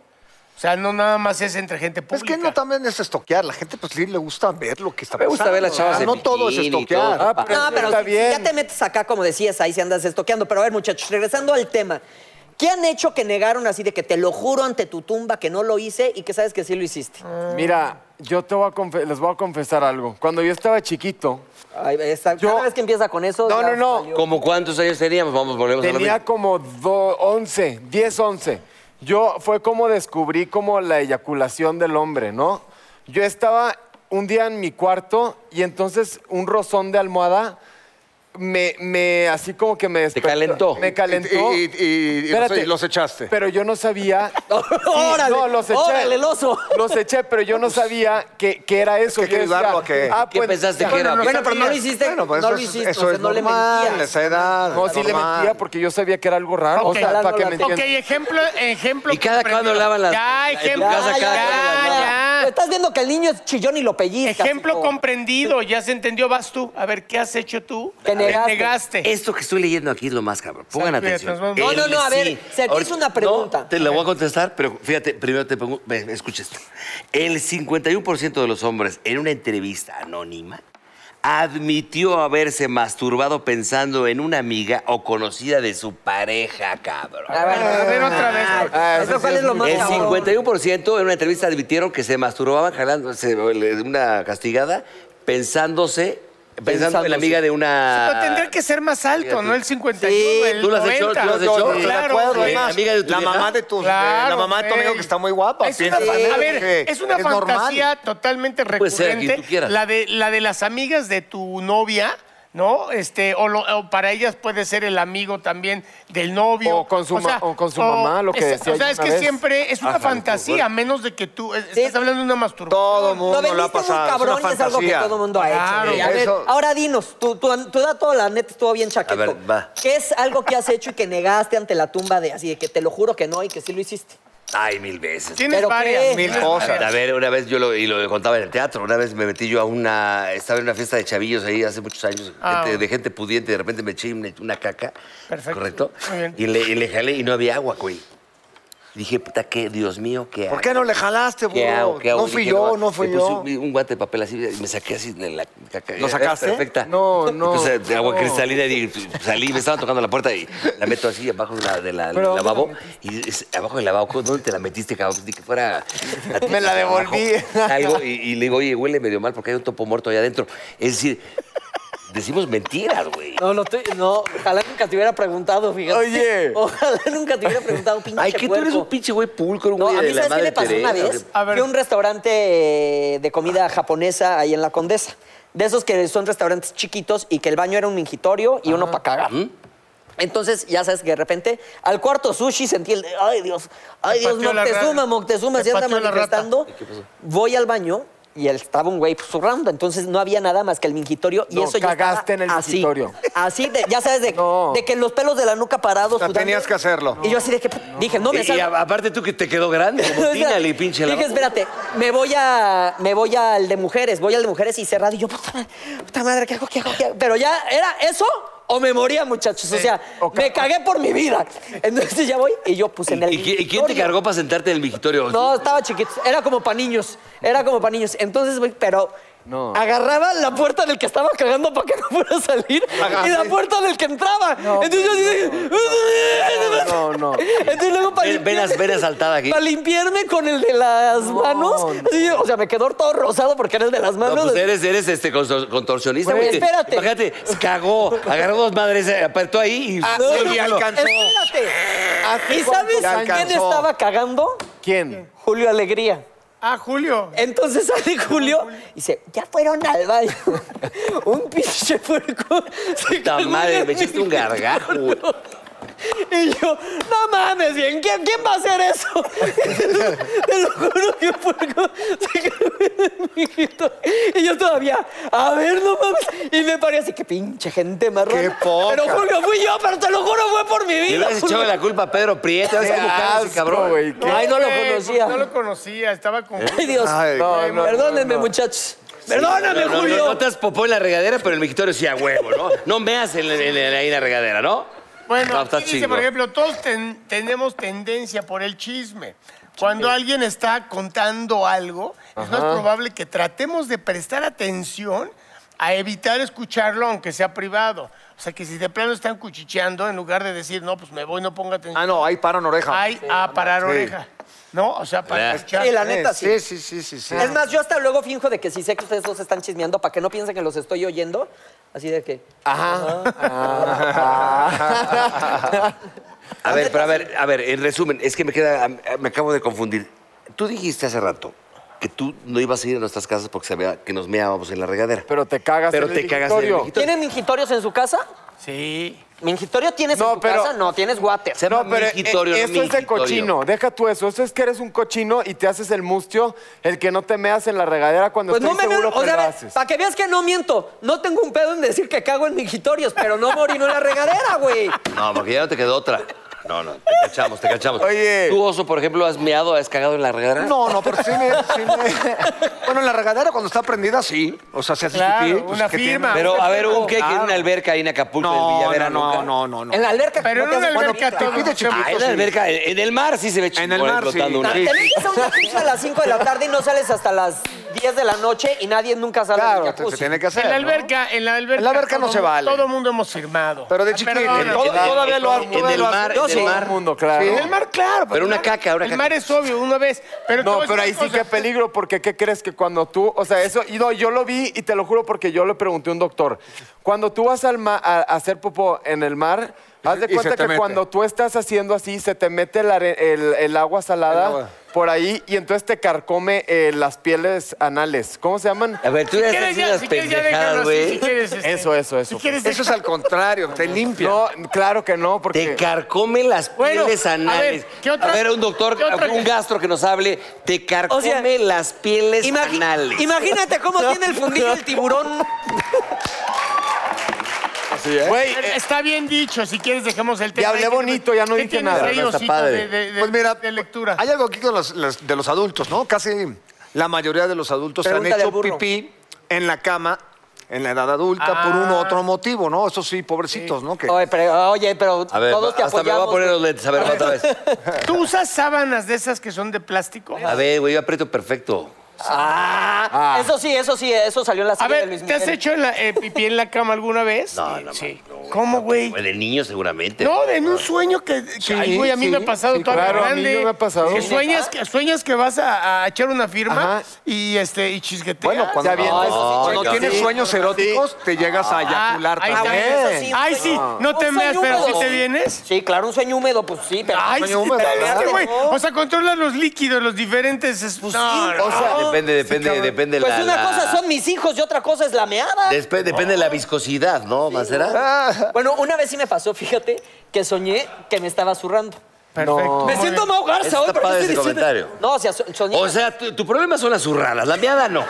[SPEAKER 6] O sea, no nada más es entre gente
[SPEAKER 4] Es
[SPEAKER 6] pública.
[SPEAKER 4] que no también es estoquear. La gente pues sí le gusta ver lo que está
[SPEAKER 2] Me
[SPEAKER 4] pasando.
[SPEAKER 2] gusta ver las chavas
[SPEAKER 4] Ah,
[SPEAKER 2] en
[SPEAKER 4] No todo es
[SPEAKER 2] bikini y todo.
[SPEAKER 4] estoquear.
[SPEAKER 5] Ah, pero
[SPEAKER 3] No,
[SPEAKER 5] eso
[SPEAKER 3] pero pues,
[SPEAKER 5] está
[SPEAKER 3] si- si
[SPEAKER 5] bien.
[SPEAKER 3] ya te metes acá, como decías, ahí se andas estoqueando. Pero a ver, muchachos, regresando al tema. ¿Qué han hecho que negaron así de que te lo juro ante tu tumba que no lo hice y que sabes que sí lo hiciste?
[SPEAKER 5] Mira, yo te voy a confe- les voy a confesar algo. Cuando yo estaba chiquito,
[SPEAKER 3] Ay, esa-
[SPEAKER 5] Yo-
[SPEAKER 3] Cada vez que empieza con eso.
[SPEAKER 5] No,
[SPEAKER 3] ya
[SPEAKER 5] no, no.
[SPEAKER 3] valió.
[SPEAKER 2] ¿Como cuántos años teníamos? Vamos, volvemos a lo
[SPEAKER 5] tenía
[SPEAKER 2] mismo.
[SPEAKER 5] como do- 11, 10, 11. Yo fue como descubrí como la eyaculación del hombre, ¿no? Yo estaba un día en mi cuarto y entonces un rozón de almohada me, me así como que me despertó.
[SPEAKER 2] calentó.
[SPEAKER 5] Me calentó.
[SPEAKER 4] Y- y- y- y los-
[SPEAKER 5] Espérate.
[SPEAKER 4] y los echaste.
[SPEAKER 5] Pero yo no sabía.
[SPEAKER 3] órale,
[SPEAKER 5] no, los eché.
[SPEAKER 3] órale, el oso.
[SPEAKER 5] Los eché, pero yo no sabía que, que era eso.
[SPEAKER 4] Es que hay
[SPEAKER 5] Yo
[SPEAKER 4] que
[SPEAKER 5] decía,
[SPEAKER 4] ayudarlo a que-
[SPEAKER 2] ¿Qué pensaste que era?
[SPEAKER 3] bueno, pero no lo
[SPEAKER 4] sabías.
[SPEAKER 3] hiciste.
[SPEAKER 4] Bueno, pues
[SPEAKER 3] no
[SPEAKER 4] eso
[SPEAKER 3] lo
[SPEAKER 4] es-
[SPEAKER 3] hiciste.
[SPEAKER 4] eso
[SPEAKER 3] o sea,
[SPEAKER 4] es
[SPEAKER 3] no
[SPEAKER 4] normal,
[SPEAKER 3] le mentías.
[SPEAKER 4] esa edad.
[SPEAKER 5] No, sí le
[SPEAKER 4] normal.
[SPEAKER 5] mentía porque yo sabía que era algo raro.
[SPEAKER 6] Ok.
[SPEAKER 5] O sea, para que me
[SPEAKER 6] Ok,
[SPEAKER 5] entiendan.
[SPEAKER 6] ejemplo, ejemplo.
[SPEAKER 2] ¿Y cada
[SPEAKER 6] comprendido.
[SPEAKER 2] cuándo lavan las-
[SPEAKER 6] Ya,
[SPEAKER 2] en tu
[SPEAKER 6] ejemplo.
[SPEAKER 2] casa
[SPEAKER 6] Ya,
[SPEAKER 2] cada cuándo
[SPEAKER 6] ya,
[SPEAKER 2] lavan?
[SPEAKER 6] ya.
[SPEAKER 3] Pero Estás viendo que el niño es chillón y lo pellizca.
[SPEAKER 6] Ejemplo comprendido, ya se entendió, vas tú. A ver, ¿qué has hecho tú?
[SPEAKER 3] Te negaste.
[SPEAKER 2] Esto que estoy leyendo aquí es lo más cabrón. Pongan
[SPEAKER 6] Fíjate,
[SPEAKER 2] atención.
[SPEAKER 6] nos vamos-
[SPEAKER 3] No, no, no, a ver, se te hizo
[SPEAKER 2] Ahorita-
[SPEAKER 3] una pregunta.
[SPEAKER 2] no, te la voy a contestar, pero fíjate, primero te pongo. ve, Escucha esto. El 51% de los hombres en una entrevista anónima admitió haberse masturbado pensando en una amiga o conocida de su pareja, cabrón.
[SPEAKER 3] A ver,
[SPEAKER 6] A ver, otra vez.
[SPEAKER 5] Ah, eso
[SPEAKER 3] ¿Eso
[SPEAKER 5] sí
[SPEAKER 3] cuál es lo más
[SPEAKER 2] El
[SPEAKER 3] cabrón?
[SPEAKER 2] 51% en una entrevista admitieron que se masturbaban jalándose una castigada pensándose, pensando en
[SPEAKER 3] Pensándose.
[SPEAKER 2] la amiga de una.
[SPEAKER 6] Pero tendría que ser más alto,
[SPEAKER 2] Fíjate.
[SPEAKER 6] ¿no? El 51,
[SPEAKER 2] Sí,
[SPEAKER 6] el
[SPEAKER 2] tú lo has
[SPEAKER 6] 90.
[SPEAKER 2] hecho, tú lo has
[SPEAKER 4] Yo,
[SPEAKER 2] hecho.
[SPEAKER 4] yo,
[SPEAKER 2] Sí.
[SPEAKER 4] de
[SPEAKER 6] Claro,
[SPEAKER 4] acuerdo,
[SPEAKER 6] güey.
[SPEAKER 4] es más,
[SPEAKER 2] Amiga de tu
[SPEAKER 4] la
[SPEAKER 2] vieja.
[SPEAKER 4] mamá de tu, de la
[SPEAKER 6] Claro,
[SPEAKER 4] mamá de tu amigo
[SPEAKER 6] güey.
[SPEAKER 4] que está muy guapa.
[SPEAKER 6] Es una
[SPEAKER 4] piensa
[SPEAKER 6] fan-
[SPEAKER 4] también
[SPEAKER 6] a ver,
[SPEAKER 4] que
[SPEAKER 6] es una
[SPEAKER 4] normal.
[SPEAKER 6] fantasía totalmente
[SPEAKER 2] Puede ser,
[SPEAKER 6] recurrente.
[SPEAKER 2] quien tú quieras.
[SPEAKER 6] la, de, la de las amigas de tu novia, ¿no? Este, o, lo- o para ellas puede ser el amigo también del novio.
[SPEAKER 5] O con su ma- o con su mamá, lo que
[SPEAKER 6] es-
[SPEAKER 5] decía
[SPEAKER 6] O sea,
[SPEAKER 5] yo
[SPEAKER 6] es
[SPEAKER 5] una
[SPEAKER 6] que
[SPEAKER 5] vez. pues,
[SPEAKER 6] siempre es una
[SPEAKER 2] Ajá,
[SPEAKER 6] fantasía, a menos de que tú eh, estés hablando de una masturbación.
[SPEAKER 4] Todo mundo lo,
[SPEAKER 3] vendiste
[SPEAKER 4] ha pasado.
[SPEAKER 3] muy cabrón
[SPEAKER 4] es una
[SPEAKER 3] y es algo que
[SPEAKER 4] fantasía.
[SPEAKER 3] todo el mundo ha hecho.
[SPEAKER 6] Claro,
[SPEAKER 3] güey. A ver,
[SPEAKER 4] eso-
[SPEAKER 3] ahora dinos, tu, tu, tu dato, la neta, estuvo bien chaqueto.
[SPEAKER 2] A ver, va.
[SPEAKER 3] ¿Qué es algo que has hecho y que negaste ante la tumba de así de que te lo juro que no y que sí lo hiciste?
[SPEAKER 2] Ay, mil veces.
[SPEAKER 6] Tienes
[SPEAKER 3] ¿Pero
[SPEAKER 6] varias.
[SPEAKER 3] qué?
[SPEAKER 6] tienes
[SPEAKER 4] Mil cosas.
[SPEAKER 6] varias.
[SPEAKER 2] A ver, una vez yo lo, y lo contaba en el teatro, una vez me metí yo a una, estaba en una fiesta de chavillos ahí hace muchos años,
[SPEAKER 6] Ah,
[SPEAKER 2] gente-
[SPEAKER 6] bueno.
[SPEAKER 2] de gente pudiente, de repente me eché una, una caca,
[SPEAKER 6] Perfecto.
[SPEAKER 2] ¿correcto?
[SPEAKER 6] Muy bien.
[SPEAKER 2] Y le, y le jalé y no había agua, güey. Dije, puta, qué, Dios mío, qué
[SPEAKER 4] ¿Por qué no le jalaste,
[SPEAKER 2] ¿Qué hago?
[SPEAKER 4] burro?
[SPEAKER 2] ¿Qué hago?
[SPEAKER 4] No fui
[SPEAKER 2] Dije,
[SPEAKER 4] yo, no fui
[SPEAKER 2] Le puse
[SPEAKER 4] yo.
[SPEAKER 2] un, un guante de papel así y me saqué así de la caca. Eh,
[SPEAKER 4] ¿Lo sacaste?
[SPEAKER 2] Perfecta. [laughs]
[SPEAKER 5] No, no,
[SPEAKER 2] Entonces, de agua
[SPEAKER 5] no.
[SPEAKER 2] cristalina y salí, me estaban tocando la puerta y la meto así abajo de la, de la- del
[SPEAKER 5] Pero, ¿dónde
[SPEAKER 2] lavabo. Y es- abajo del lavabo, ¿dónde te la metiste, cabrón? Pues, Ni que fuera. a ti,
[SPEAKER 5] Me la devolví.
[SPEAKER 2] abajo. Salgo y, y le digo, oye, huele medio mal porque hay un topo muerto allá adentro. Es decir, decimos mentiras, güey.
[SPEAKER 3] No, no, estoy- no, ojalá nunca te hubiera preguntado, fíjate.
[SPEAKER 5] Oye.
[SPEAKER 3] [laughs] Ojalá nunca te hubiera preguntado, pinche
[SPEAKER 2] Ay, que tú eres
[SPEAKER 3] puerco.
[SPEAKER 2] un pinche güey pulcro,
[SPEAKER 3] No,
[SPEAKER 2] güey.
[SPEAKER 3] a
[SPEAKER 2] de
[SPEAKER 3] mí,
[SPEAKER 2] la
[SPEAKER 3] ¿sabes qué
[SPEAKER 2] madre
[SPEAKER 3] me pasó una
[SPEAKER 2] Teresa,
[SPEAKER 3] vez?
[SPEAKER 2] que-
[SPEAKER 6] A ver.
[SPEAKER 3] Fui a un restaurante eh, de comida japonesa ahí en la Condesa. De esos que son restaurantes chiquitos y que el baño era un mingitorio y uno para cagar. Entonces, ya sabes que de repente, al cuarto sushi sentí el... de, Ay, Dios, ay,
[SPEAKER 6] Te
[SPEAKER 3] Dios,
[SPEAKER 6] pateó la rata.
[SPEAKER 3] Moctezuma, Moctezuma,
[SPEAKER 6] Te
[SPEAKER 3] se anda
[SPEAKER 6] pateó la rata.
[SPEAKER 3] manifestando. Voy al baño y él- estaba un güey pues, zurrando. Entonces, no había nada más que el mingitorio y
[SPEAKER 5] No,
[SPEAKER 3] eso yo estaba
[SPEAKER 5] cagaste en el
[SPEAKER 3] así,
[SPEAKER 5] mingitorio.
[SPEAKER 3] Así, de- ya sabes, de,
[SPEAKER 5] No.
[SPEAKER 3] de que los pelos de la nuca parados...
[SPEAKER 4] O sea,
[SPEAKER 3] sudando.
[SPEAKER 4] tenías que hacerlo.
[SPEAKER 3] Y yo así de que... Dije, no me
[SPEAKER 2] Y, y
[SPEAKER 3] salgo.
[SPEAKER 2] a- aparte tú que te quedó grande,
[SPEAKER 3] [laughs]
[SPEAKER 2] como tínale, pinche
[SPEAKER 3] Dije,
[SPEAKER 2] lavabo.
[SPEAKER 3] espérate, me voy a. Me voy al de mujeres, voy al de mujeres y cerrado. Y yo, puta madre, puta madre, ¿qué hago? ¿Qué hago? ¿Qué hago? Pero ya era eso o me moría, muchachos. O sea,
[SPEAKER 5] Ok.
[SPEAKER 3] me cagué por mi vida. Entonces ya voy y yo puse en el.
[SPEAKER 2] ¿Y, qui- y quién te
[SPEAKER 3] mingitorio.
[SPEAKER 2] cargó para sentarte en el migitorio?
[SPEAKER 3] No, estaba chiquito. Era como para niños. Era como para niños. Entonces, güey, pero.
[SPEAKER 5] No.
[SPEAKER 3] Agarraba la puerta del que estaba cagando para que no fuera a salir y la puerta del que entraba. Entonces yo así de-
[SPEAKER 5] No, no.
[SPEAKER 3] Entonces luego para
[SPEAKER 2] Ven- venas-
[SPEAKER 3] limpiarme-
[SPEAKER 2] venas saltada aquí.
[SPEAKER 3] Para limpiarme con el de las manos. así, o sea, me quedó todo rosado porque era el de las
[SPEAKER 2] No,
[SPEAKER 3] manos.
[SPEAKER 2] pues eres, eres este consor- contorsionista,
[SPEAKER 3] Güey,
[SPEAKER 2] güey.
[SPEAKER 3] espérate.
[SPEAKER 2] Imagínate, se cagó, agarró dos madres, eh, apretó ahí y.
[SPEAKER 3] Ah, No,
[SPEAKER 2] y
[SPEAKER 3] no,
[SPEAKER 2] algo.
[SPEAKER 3] Espérate.
[SPEAKER 5] Así
[SPEAKER 3] ¿Y sabes
[SPEAKER 5] Ya
[SPEAKER 3] quién
[SPEAKER 5] alcanzó.
[SPEAKER 3] estaba cagando?
[SPEAKER 5] ¿Quién?
[SPEAKER 3] Julio Alegría.
[SPEAKER 6] Ah, Julio.
[SPEAKER 3] Entonces sale Julio y dice, ya fueron al baño. [laughs] un pinche puerco. se
[SPEAKER 2] Puta
[SPEAKER 3] cagó en
[SPEAKER 2] madre,
[SPEAKER 3] el
[SPEAKER 2] me echaste un gargajo, güey.
[SPEAKER 3] Y yo, no mames, bien, ¿quién, quién va a hacer eso? [laughs] Te lo juro que puerco se cagó en mi hijito. Y yo todavía, a ver, no mames. Y me paré así, que pinche gente marrón.
[SPEAKER 4] Qué poca.
[SPEAKER 3] Pero Julio, fui yo, pero te lo juro, fue por mi
[SPEAKER 2] Le
[SPEAKER 3] vida.
[SPEAKER 2] hubieras
[SPEAKER 3] Julio.
[SPEAKER 2] echado la culpa a Pedro Prieto. ¿Sabes cómo caga ese
[SPEAKER 5] asco,
[SPEAKER 2] cabrón?
[SPEAKER 5] güey.
[SPEAKER 3] Ay, no lo
[SPEAKER 6] güey, pues,
[SPEAKER 3] conocía. Eh,
[SPEAKER 6] No lo conocía, estaba con...
[SPEAKER 3] Ay, Dios.
[SPEAKER 4] Ay,
[SPEAKER 5] No, no,
[SPEAKER 3] Perdónenme,
[SPEAKER 5] no, no.
[SPEAKER 3] muchachos. Perdóname,
[SPEAKER 2] No, no,
[SPEAKER 3] Julio.
[SPEAKER 2] No, no te has popó en la regadera, pero el migitorio sí a huevo, ¿no? No meas en, en- en- ahí en la regadera, ¿no?
[SPEAKER 6] Bueno,
[SPEAKER 2] No,
[SPEAKER 6] aquí
[SPEAKER 2] estás
[SPEAKER 6] dice,
[SPEAKER 2] chingo.
[SPEAKER 6] por ejemplo, todos ten- tenemos tendencia por el chisme. Cuando alguien está contando algo, es más probable que tratemos de prestar atención a evitar escucharlo aunque sea privado. O sea, que si de plano están cuchicheando, en lugar de decir, no, pues me voy, no ponga atención.
[SPEAKER 4] Ah, no, ahí paran oreja.
[SPEAKER 6] Hay a parar oreja. ¿No? O sea, para
[SPEAKER 3] Eh.
[SPEAKER 2] Eh, Sí.
[SPEAKER 6] escuchar.
[SPEAKER 3] Sí, la neta, sí.
[SPEAKER 4] sí. Sí, sí, sí, sí.
[SPEAKER 3] Es más, yo hasta luego finjo de que si sé que ustedes dos están chismeando para que no piensen que los estoy oyendo. Así de que.
[SPEAKER 5] Ajá. Ah.
[SPEAKER 2] A ver, pero a ver, a ver, en resumen, es que me queda, me acabo de confundir. Tú dijiste hace rato que tú no ibas a ir a nuestras casas porque sabía que nos meábamos en la regadera.
[SPEAKER 5] Pero te cagas
[SPEAKER 2] Pero
[SPEAKER 5] en
[SPEAKER 2] te
[SPEAKER 5] el
[SPEAKER 2] cagas en el
[SPEAKER 5] digitorio.
[SPEAKER 2] digitorio.
[SPEAKER 3] ¿Tienen mingitorios en su casa?
[SPEAKER 6] Sí.
[SPEAKER 3] ¿Mingitorio tienes
[SPEAKER 5] No,
[SPEAKER 3] en tu
[SPEAKER 5] pero-
[SPEAKER 3] casa? No, tienes water.
[SPEAKER 2] Se llama
[SPEAKER 5] No, pero eh,
[SPEAKER 4] e,
[SPEAKER 2] mingitorio, no
[SPEAKER 5] eso es de
[SPEAKER 2] mingitorio.
[SPEAKER 5] cochino. Deja tú eso. Eso es que eres un cochino y te haces el mustio, el que no te meas en la regadera cuando
[SPEAKER 3] Pues no
[SPEAKER 5] estoy
[SPEAKER 3] me
[SPEAKER 5] seguro
[SPEAKER 3] veo, o
[SPEAKER 5] que lo
[SPEAKER 3] sea,
[SPEAKER 5] haces.
[SPEAKER 3] para que veas que no miento, no tengo un pedo en decir que cago en mingitorios, pero no morino en la regadera, güey.
[SPEAKER 2] No, porque ya no te quedó otra. No, no, te cachamos, te cachamos.
[SPEAKER 5] Oye.
[SPEAKER 2] ¿Tú, oso, por ejemplo, has meado, has cagado en la regadera?
[SPEAKER 4] No, no, pero sí me, sí me- [laughs] Bueno, en la regadera cuando está prendida, sí. O sea, se hace
[SPEAKER 6] Claro,
[SPEAKER 4] pipí, pues,
[SPEAKER 6] una
[SPEAKER 4] ¿qué tiene?
[SPEAKER 6] firma.
[SPEAKER 2] Pero, a ver, un queque en
[SPEAKER 4] Claro.
[SPEAKER 2] una alberca ahí en Acapulco, en
[SPEAKER 4] No,
[SPEAKER 2] Villavera,
[SPEAKER 4] no, no,
[SPEAKER 2] nunca.
[SPEAKER 4] no, no, no.
[SPEAKER 3] En la alberca. no
[SPEAKER 6] Pero en
[SPEAKER 3] te
[SPEAKER 6] una
[SPEAKER 3] haces
[SPEAKER 6] alberca
[SPEAKER 3] bonito.
[SPEAKER 6] todo.
[SPEAKER 4] pipí de chamaco,
[SPEAKER 2] Ah, en la
[SPEAKER 4] sí.
[SPEAKER 2] alberca, en en el mar sí se ve chingón.
[SPEAKER 4] En el mar, sí.
[SPEAKER 2] flotando una-
[SPEAKER 4] Sí.
[SPEAKER 3] Te metes a una fiesta a las 5 de la tarde y no sales hasta las 10 de la noche y nadie nunca sale del
[SPEAKER 4] Claro, se,
[SPEAKER 3] jacuzzi.
[SPEAKER 4] se tiene que hacer.
[SPEAKER 6] En la
[SPEAKER 4] ¿no?
[SPEAKER 6] alberca, en la alberca.
[SPEAKER 4] En la alberca no
[SPEAKER 6] todo
[SPEAKER 4] se
[SPEAKER 6] mu-
[SPEAKER 4] vale.
[SPEAKER 6] Todo mundo hemos firmado.
[SPEAKER 4] Pero de
[SPEAKER 6] Ah,
[SPEAKER 4] chiquito,
[SPEAKER 6] perdóname.
[SPEAKER 4] todo- todavía lo hago.
[SPEAKER 2] En el mar, en el
[SPEAKER 5] Todo
[SPEAKER 2] mar.
[SPEAKER 5] el mundo, claro.
[SPEAKER 6] En el mar, claro.
[SPEAKER 2] Pero una caca, una
[SPEAKER 6] El
[SPEAKER 2] caca.
[SPEAKER 6] mar es obvio, una vez. Pero te
[SPEAKER 5] No,
[SPEAKER 6] voy a
[SPEAKER 5] pero ahí
[SPEAKER 6] decir
[SPEAKER 5] sí
[SPEAKER 6] una
[SPEAKER 5] que
[SPEAKER 6] cosa.
[SPEAKER 5] peligro, porque ¿qué crees que cuando tú, o sea, eso, y no, yo lo vi y te lo juro porque yo le pregunté a un doctor, cuando tú vas al ma- a, a hacer popó en el mar, haz de
[SPEAKER 4] Y se
[SPEAKER 5] cuenta
[SPEAKER 4] te
[SPEAKER 5] que
[SPEAKER 4] mete.
[SPEAKER 5] cuando tú estás haciendo así, se te mete la are- el, el agua salada
[SPEAKER 4] El agua.
[SPEAKER 5] por ahí y entonces te carcome eh, las pieles anales. ¿Cómo se llaman?
[SPEAKER 2] A ver, tú ya estás
[SPEAKER 6] Si quieres,
[SPEAKER 2] haciendo
[SPEAKER 6] ya,
[SPEAKER 2] unas
[SPEAKER 6] si quieres, ya déjalo
[SPEAKER 2] pendejadas,
[SPEAKER 6] así. Si
[SPEAKER 2] güey.
[SPEAKER 6] quieres, este,
[SPEAKER 5] Eso, eso, eso.
[SPEAKER 6] Si quieres,
[SPEAKER 4] Eso es al contrario,
[SPEAKER 6] [laughs]
[SPEAKER 4] te limpia.
[SPEAKER 5] No, claro que no, porque...
[SPEAKER 2] Te carcome las
[SPEAKER 6] Bueno,
[SPEAKER 2] pieles
[SPEAKER 6] a ver,
[SPEAKER 2] anales.
[SPEAKER 6] ¿qué otra-
[SPEAKER 2] A ver, un doctor,
[SPEAKER 6] qué otra-
[SPEAKER 2] un gastro que nos hable, te carcome
[SPEAKER 3] O sea,
[SPEAKER 2] las pieles
[SPEAKER 3] Imagi-
[SPEAKER 2] anales.
[SPEAKER 3] Imagínate
[SPEAKER 5] [laughs]
[SPEAKER 3] cómo tiene el fundillo el tiburón.
[SPEAKER 5] Güey,
[SPEAKER 6] Pero
[SPEAKER 5] eh,
[SPEAKER 6] Está bien dicho, si quieres dejemos el tema.
[SPEAKER 5] Ya hablé
[SPEAKER 6] ¿Qué-
[SPEAKER 5] bonito, ya no
[SPEAKER 6] qué
[SPEAKER 5] dije
[SPEAKER 6] tienes
[SPEAKER 5] nada.
[SPEAKER 6] ahí,
[SPEAKER 2] No, está
[SPEAKER 6] osito,
[SPEAKER 2] padre.
[SPEAKER 6] de- de- de-
[SPEAKER 4] Pues mira,
[SPEAKER 6] de lectura.
[SPEAKER 4] Hay algo aquí con los, las- de los adultos, ¿no? Casi la mayoría de los adultos se han
[SPEAKER 3] Pregúntale
[SPEAKER 4] hecho
[SPEAKER 3] al burro.
[SPEAKER 4] pipí en la cama en la edad adulta por
[SPEAKER 6] Ah.
[SPEAKER 4] uno u otro motivo, ¿no? Eso sí, pobrecitos, ¿no? Que
[SPEAKER 3] Oye, pero, oye, pero
[SPEAKER 2] A ver,
[SPEAKER 3] todos te
[SPEAKER 2] hasta me
[SPEAKER 3] apoyamos.
[SPEAKER 2] voy a poner los lentes. A ver, otra
[SPEAKER 3] [laughs]
[SPEAKER 2] vez.
[SPEAKER 6] ¿Tú usas sábanas de esas que son de plástico?
[SPEAKER 2] A ver, güey, yo aprieto perfecto.
[SPEAKER 3] Ah, Eso sí, eso sí, eso salió en la
[SPEAKER 6] A
[SPEAKER 3] serie de Luis
[SPEAKER 6] ver, ¿te has
[SPEAKER 3] Miguel.
[SPEAKER 6] hecho en la- eh, pipí en la cama alguna vez?
[SPEAKER 2] No, no,
[SPEAKER 6] Sí.
[SPEAKER 2] no, no,
[SPEAKER 6] ¿Cómo, güey?
[SPEAKER 2] Güey, de niño seguramente.
[SPEAKER 6] No, en un sueño que, que-
[SPEAKER 4] Sí,
[SPEAKER 6] ay, güey, a mí
[SPEAKER 4] sí,
[SPEAKER 6] me ha pasado
[SPEAKER 4] sí,
[SPEAKER 6] toda la
[SPEAKER 5] claro, a mí
[SPEAKER 6] grande.
[SPEAKER 5] me ha pasado.
[SPEAKER 6] Que sueñas que, sueñas que vas a, a echar una firma
[SPEAKER 5] Ajá.
[SPEAKER 6] y este y chisgueteas.
[SPEAKER 4] Bueno, cuando, Ah,
[SPEAKER 5] Ya viene, eso sí,
[SPEAKER 4] cuando
[SPEAKER 2] checa.
[SPEAKER 4] tienes
[SPEAKER 2] Sí.
[SPEAKER 4] sueños eróticos, te llegas a
[SPEAKER 6] Ah,
[SPEAKER 4] eyacular
[SPEAKER 6] ahí está.
[SPEAKER 4] también.
[SPEAKER 3] Eso sí,
[SPEAKER 6] Ay,
[SPEAKER 3] un
[SPEAKER 6] sí,
[SPEAKER 3] sueño-
[SPEAKER 6] no te
[SPEAKER 3] un
[SPEAKER 6] meas,
[SPEAKER 3] sueño
[SPEAKER 6] pero si
[SPEAKER 3] húmedo.
[SPEAKER 6] te vienes.
[SPEAKER 3] Sí, claro, un sueño húmedo, pues sí, pero.
[SPEAKER 6] Ay, sí,
[SPEAKER 4] Sueño húmedo,
[SPEAKER 6] te vienes,
[SPEAKER 4] claro.
[SPEAKER 6] güey.
[SPEAKER 3] No.
[SPEAKER 6] O sea, controlas los líquidos, los diferentes. es- no, no.
[SPEAKER 2] O sea, Ah, depende, depende, depende
[SPEAKER 3] Pues
[SPEAKER 2] la,
[SPEAKER 3] una
[SPEAKER 2] la-
[SPEAKER 3] cosa son mis hijos y otra cosa es la meada.
[SPEAKER 2] Despe- depende de la viscosidad, ¿no, Macera?
[SPEAKER 3] Ah. Bueno, una vez sí me pasó, fíjate, que soñé que me estaba zurrando.
[SPEAKER 6] Perfecto.
[SPEAKER 3] Me siento Mau
[SPEAKER 2] Está
[SPEAKER 3] Garza hoy, pero
[SPEAKER 2] padre
[SPEAKER 3] estoy
[SPEAKER 2] ese
[SPEAKER 3] diciendo-
[SPEAKER 2] comentario.
[SPEAKER 3] No, o sea, so- soñé.
[SPEAKER 2] O sea, tu, tu problema son las zurradas, la miada no.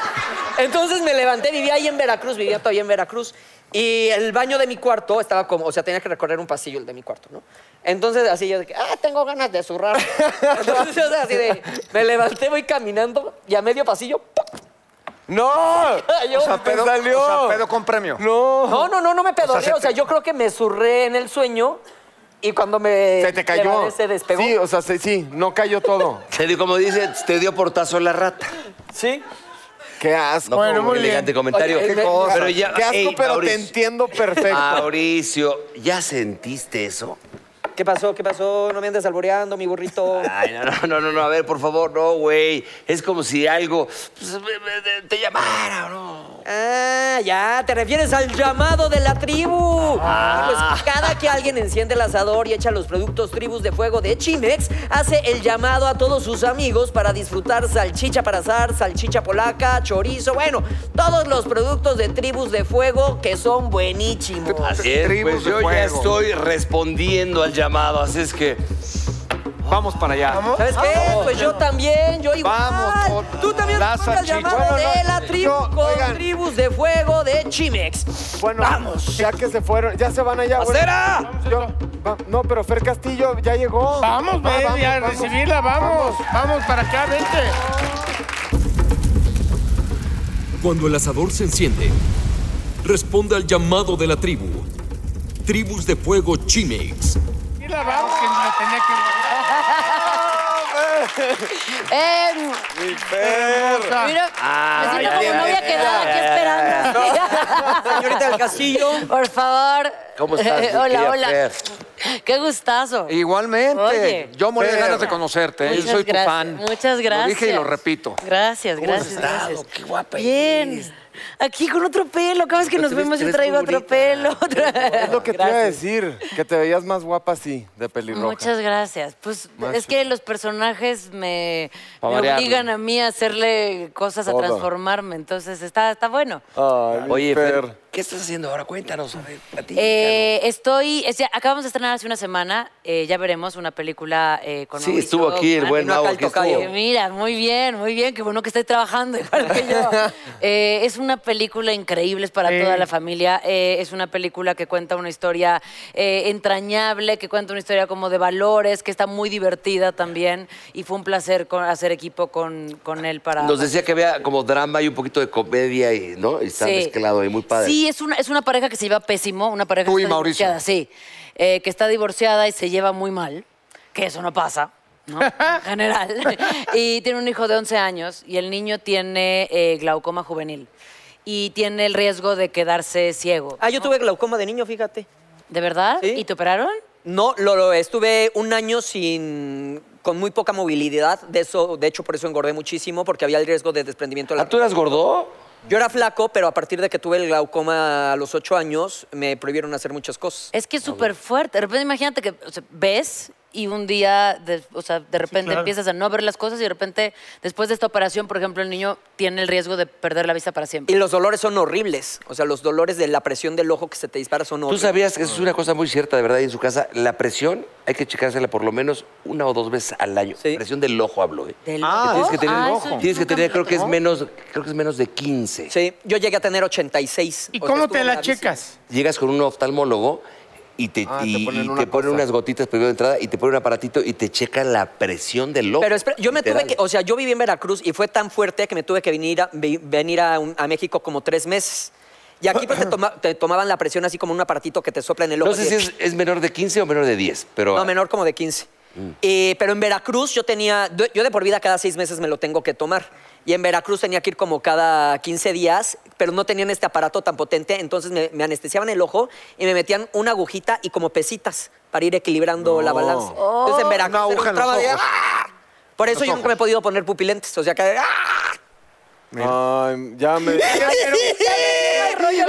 [SPEAKER 3] Entonces me levanté, vivía ahí en Veracruz, vivía todavía en Veracruz. Y el baño de mi cuarto estaba como, o sea, tenía que recorrer un pasillo el de mi cuarto, ¿no? Entonces así yo de que, ah, tengo ganas de zurrar. Entonces yo así de, me levanté, voy caminando y a medio pasillo, ¡pum!
[SPEAKER 5] no,
[SPEAKER 3] Yo-
[SPEAKER 4] O sea, pedo,
[SPEAKER 5] Te salió.
[SPEAKER 4] o sea, pedo con premio.
[SPEAKER 5] no.
[SPEAKER 3] No, no, no, no me pedoré. O
[SPEAKER 4] O sea,
[SPEAKER 3] sea,
[SPEAKER 4] se te-
[SPEAKER 3] yo creo que me zurré en el sueño y cuando me.
[SPEAKER 5] Se te cayó.
[SPEAKER 3] levanté, Se despegó.
[SPEAKER 5] Sí, o sea, sí, sí, no cayó todo.
[SPEAKER 2] Te dio, como dice, te dio portazo la rata.
[SPEAKER 3] Sí.
[SPEAKER 5] Qué asco.
[SPEAKER 2] No,
[SPEAKER 6] Bueno,
[SPEAKER 2] como
[SPEAKER 6] muy
[SPEAKER 2] elegante
[SPEAKER 6] bien.
[SPEAKER 2] comentario.
[SPEAKER 3] Oye, me-
[SPEAKER 2] Pero ya,
[SPEAKER 5] Qué asco,
[SPEAKER 2] ey,
[SPEAKER 5] pero
[SPEAKER 2] Mauricio.
[SPEAKER 5] te entiendo perfecto.
[SPEAKER 2] Ah, Mauricio, ¿ya sentiste eso?
[SPEAKER 3] ¿Qué pasó? ¿Qué pasó? No me andes alboreando, mi burrito.
[SPEAKER 2] Ay, no, no, no, no, no, a ver, por favor, no, güey. Es como si algo pues, me- me- te llamara, ¿no?
[SPEAKER 3] Ah, ya, te refieres al llamado de la tribu. Ah, Pues cada que alguien enciende el asador y echa los productos tribus de fuego de Chimex, hace el llamado a todos sus amigos para disfrutar salchicha para azar, salchicha polaca, chorizo, bueno, todos los productos de tribus de fuego que son buenísimos.
[SPEAKER 2] Así es,
[SPEAKER 4] Tribus
[SPEAKER 2] pues
[SPEAKER 4] de
[SPEAKER 2] yo ya
[SPEAKER 4] fuego.
[SPEAKER 2] estoy respondiendo al llamado, así es que...
[SPEAKER 4] Vamos para allá.
[SPEAKER 3] ¿Sabes qué? Pues yo también, yo igual.
[SPEAKER 4] Vamos, por-
[SPEAKER 3] Tú también
[SPEAKER 4] la
[SPEAKER 3] responde al
[SPEAKER 4] salchicha.
[SPEAKER 3] llamado
[SPEAKER 5] Bueno,
[SPEAKER 3] de
[SPEAKER 5] no,
[SPEAKER 3] la tribu
[SPEAKER 5] yo-
[SPEAKER 3] con
[SPEAKER 5] oigan.
[SPEAKER 3] tribus de fuego de Chimex.
[SPEAKER 5] Bueno, vamos. Ya que se fueron, ya se van allá. güey.
[SPEAKER 3] ¡Acera!
[SPEAKER 5] Yo- va- no, pero Fer Castillo ya llegó.
[SPEAKER 6] Vamos,
[SPEAKER 5] Va,
[SPEAKER 6] ven,
[SPEAKER 5] vamos,
[SPEAKER 6] a
[SPEAKER 5] vamos.
[SPEAKER 6] recibirla, vamos, vamos. para acá, vente.
[SPEAKER 7] Cuando el asador se enciende, responde al llamado de la tribu. Tribus de Fuego Chimex.
[SPEAKER 6] Mira, vamos, que la tenía que...
[SPEAKER 8] Eh, mira, me siento como novia quedada aquí [laughs] esperando.
[SPEAKER 3] Señorita del Castillo.
[SPEAKER 8] Por favor.
[SPEAKER 2] ¿Cómo estás, mi
[SPEAKER 8] [laughs] hola,
[SPEAKER 2] querida
[SPEAKER 8] hola.
[SPEAKER 2] Fer?
[SPEAKER 8] Qué gustazo.
[SPEAKER 4] Igualmente.
[SPEAKER 8] Oye.
[SPEAKER 4] yo morí de ganas de conocerte. ¿eh? Yo
[SPEAKER 8] Muchas
[SPEAKER 4] soy tu
[SPEAKER 8] gracias,
[SPEAKER 4] fan.
[SPEAKER 8] Muchas gracias.
[SPEAKER 4] Lo dije y lo repito.
[SPEAKER 8] Gracias, gracias. gracias. Qué guapa. Bien. Aquí con otro pelo. Cada vez que nos vemos yo traigo otro pelo.
[SPEAKER 5] Es lo que te iba a decir, que te veías más guapa así, de pelirroja.
[SPEAKER 8] Muchas gracias. Pues
[SPEAKER 5] Más
[SPEAKER 8] es que los personajes me,
[SPEAKER 4] Pa'
[SPEAKER 8] me
[SPEAKER 4] variarle.
[SPEAKER 8] obligan a mí a hacerle cosas, a
[SPEAKER 5] Todo.
[SPEAKER 8] transformarme. Entonces está, está bueno.
[SPEAKER 2] Oh,
[SPEAKER 5] Ay, mi
[SPEAKER 2] Oye,
[SPEAKER 5] Fer.
[SPEAKER 2] Fer, ¿qué estás haciendo ahora? Cuéntanos, a ver, platícanos.
[SPEAKER 8] Eh, estoy, es- acabamos de estrenar hace una semana, eh, ya veremos una película eh, con
[SPEAKER 2] Sí,
[SPEAKER 8] Mauricio
[SPEAKER 2] estuvo aquí el
[SPEAKER 8] Guzmán.
[SPEAKER 2] buen
[SPEAKER 3] Vino acá
[SPEAKER 2] Mau,
[SPEAKER 3] el
[SPEAKER 2] que
[SPEAKER 3] tocayo.
[SPEAKER 8] Eh,
[SPEAKER 2] estuvo.
[SPEAKER 8] Mira, muy bien, muy bien, qué bueno que esté trabajando igual
[SPEAKER 2] [laughs]
[SPEAKER 8] que yo. Eh, es una película increíble, es para
[SPEAKER 6] Sí.
[SPEAKER 8] toda la familia. eh, es una película que cuenta una historia eh, entrañable, que cuenta una historia como de valores, que está muy divertida también. Y fue un placer co- hacer equipo con, con él para.
[SPEAKER 2] Nos decía que había como drama y un poquito de comedia, y, ¿no? Y está
[SPEAKER 8] Sí.
[SPEAKER 2] mezclado y muy padre.
[SPEAKER 8] Sí, es una, es una pareja que se lleva pésimo, una pareja
[SPEAKER 4] Tú
[SPEAKER 8] que
[SPEAKER 4] y
[SPEAKER 8] está
[SPEAKER 4] Mauricio.
[SPEAKER 8] divorciada, sí. eh, que está divorciada y se lleva muy mal, que eso no pasa. ¿no?
[SPEAKER 2] [laughs]
[SPEAKER 8] En general. [laughs] y tiene un hijo de 11 años y el niño tiene eh, glaucoma juvenil y tiene el riesgo de quedarse ciego.
[SPEAKER 3] Ah, yo tuve glaucoma de niño, fíjate.
[SPEAKER 8] ¿De verdad?
[SPEAKER 3] Sí.
[SPEAKER 8] ¿Y te operaron?
[SPEAKER 3] No, lo, lo- estuve un año sin con muy poca movilidad, de eso, de hecho por eso engordé muchísimo porque había el riesgo de desprendimiento de la
[SPEAKER 2] ¿Ah, tú eras gordo?
[SPEAKER 3] Yo era flaco, pero a partir de que tuve el glaucoma a los ocho años, me prohibieron hacer muchas cosas.
[SPEAKER 8] Es que
[SPEAKER 2] Ah,
[SPEAKER 8] es súper fuerte. De repente imagínate que o sea, ves y un día, de, o sea, de repente
[SPEAKER 6] claro.
[SPEAKER 8] empiezas a no ver las cosas y de repente, después de esta operación, por ejemplo, el niño tiene el riesgo de perder la vista para siempre.
[SPEAKER 3] Y los dolores son horribles. O sea, los dolores de la presión del ojo que se te dispara son
[SPEAKER 2] Tú
[SPEAKER 3] horribles.
[SPEAKER 2] sabías que eso es una cosa muy cierta, de verdad, y en su casa. La presión hay que checársela por lo menos una o dos veces al año.
[SPEAKER 3] Sí.
[SPEAKER 2] Presión del ojo hablo, ¿eh?
[SPEAKER 8] Del
[SPEAKER 4] Ah,
[SPEAKER 3] Oh,
[SPEAKER 8] ojo.
[SPEAKER 2] Tienes que tener,
[SPEAKER 8] Ah, eso
[SPEAKER 2] tienes que
[SPEAKER 8] nunca
[SPEAKER 2] tener
[SPEAKER 8] me
[SPEAKER 2] creo que es
[SPEAKER 8] tocó.
[SPEAKER 2] menos, creo que es menos de 15.
[SPEAKER 3] Sí, yo llegué a tener 86.
[SPEAKER 6] ¿Y
[SPEAKER 3] O sea,
[SPEAKER 6] cómo
[SPEAKER 3] estuvo
[SPEAKER 6] te la
[SPEAKER 3] gravísimo.
[SPEAKER 6] checas?
[SPEAKER 2] Llegas con un oftalmólogo y te,
[SPEAKER 5] Ah, te
[SPEAKER 2] y- y te
[SPEAKER 5] ponen
[SPEAKER 2] ponen,
[SPEAKER 5] una cosa.
[SPEAKER 2] unas gotitas primero de entrada y te ponen un aparatito y te checan la presión del ojo.
[SPEAKER 3] Pero espera, yo me tuve
[SPEAKER 2] literal.
[SPEAKER 3] que, o sea, yo viví en Veracruz y fue tan fuerte que me tuve que venir a, vi- venir a, un- a México como tres meses. Y aquí
[SPEAKER 2] [clears throat]
[SPEAKER 3] pues, te, toma- te tomaban la presión así como un aparatito que te sopla en el ojo.
[SPEAKER 2] No sé
[SPEAKER 3] así
[SPEAKER 2] si
[SPEAKER 3] de-
[SPEAKER 2] es, es menor de 15 o menor de 10, pero...
[SPEAKER 4] Ah.
[SPEAKER 3] No, menor como de 15.
[SPEAKER 4] Mm.
[SPEAKER 3] Eh, pero en Veracruz yo tenía, yo de por vida cada seis meses me lo tengo que tomar. Y en Veracruz tenía que ir como cada 15 días, pero no tenían este aparato tan potente, entonces me, me anestesiaban el ojo y me metían una agujita y como pesitas para ir equilibrando la balanza. Entonces en
[SPEAKER 8] Oh.
[SPEAKER 3] Veracruz era
[SPEAKER 4] Una aguja
[SPEAKER 3] un
[SPEAKER 4] en los
[SPEAKER 3] traba de-
[SPEAKER 4] ojos.
[SPEAKER 3] ¡Ah! Por eso
[SPEAKER 4] Los
[SPEAKER 3] yo nunca me he
[SPEAKER 4] ojos.
[SPEAKER 3] podido poner pupilentes, o sea, que... ¡ah!
[SPEAKER 5] Ay, ya me... Oye,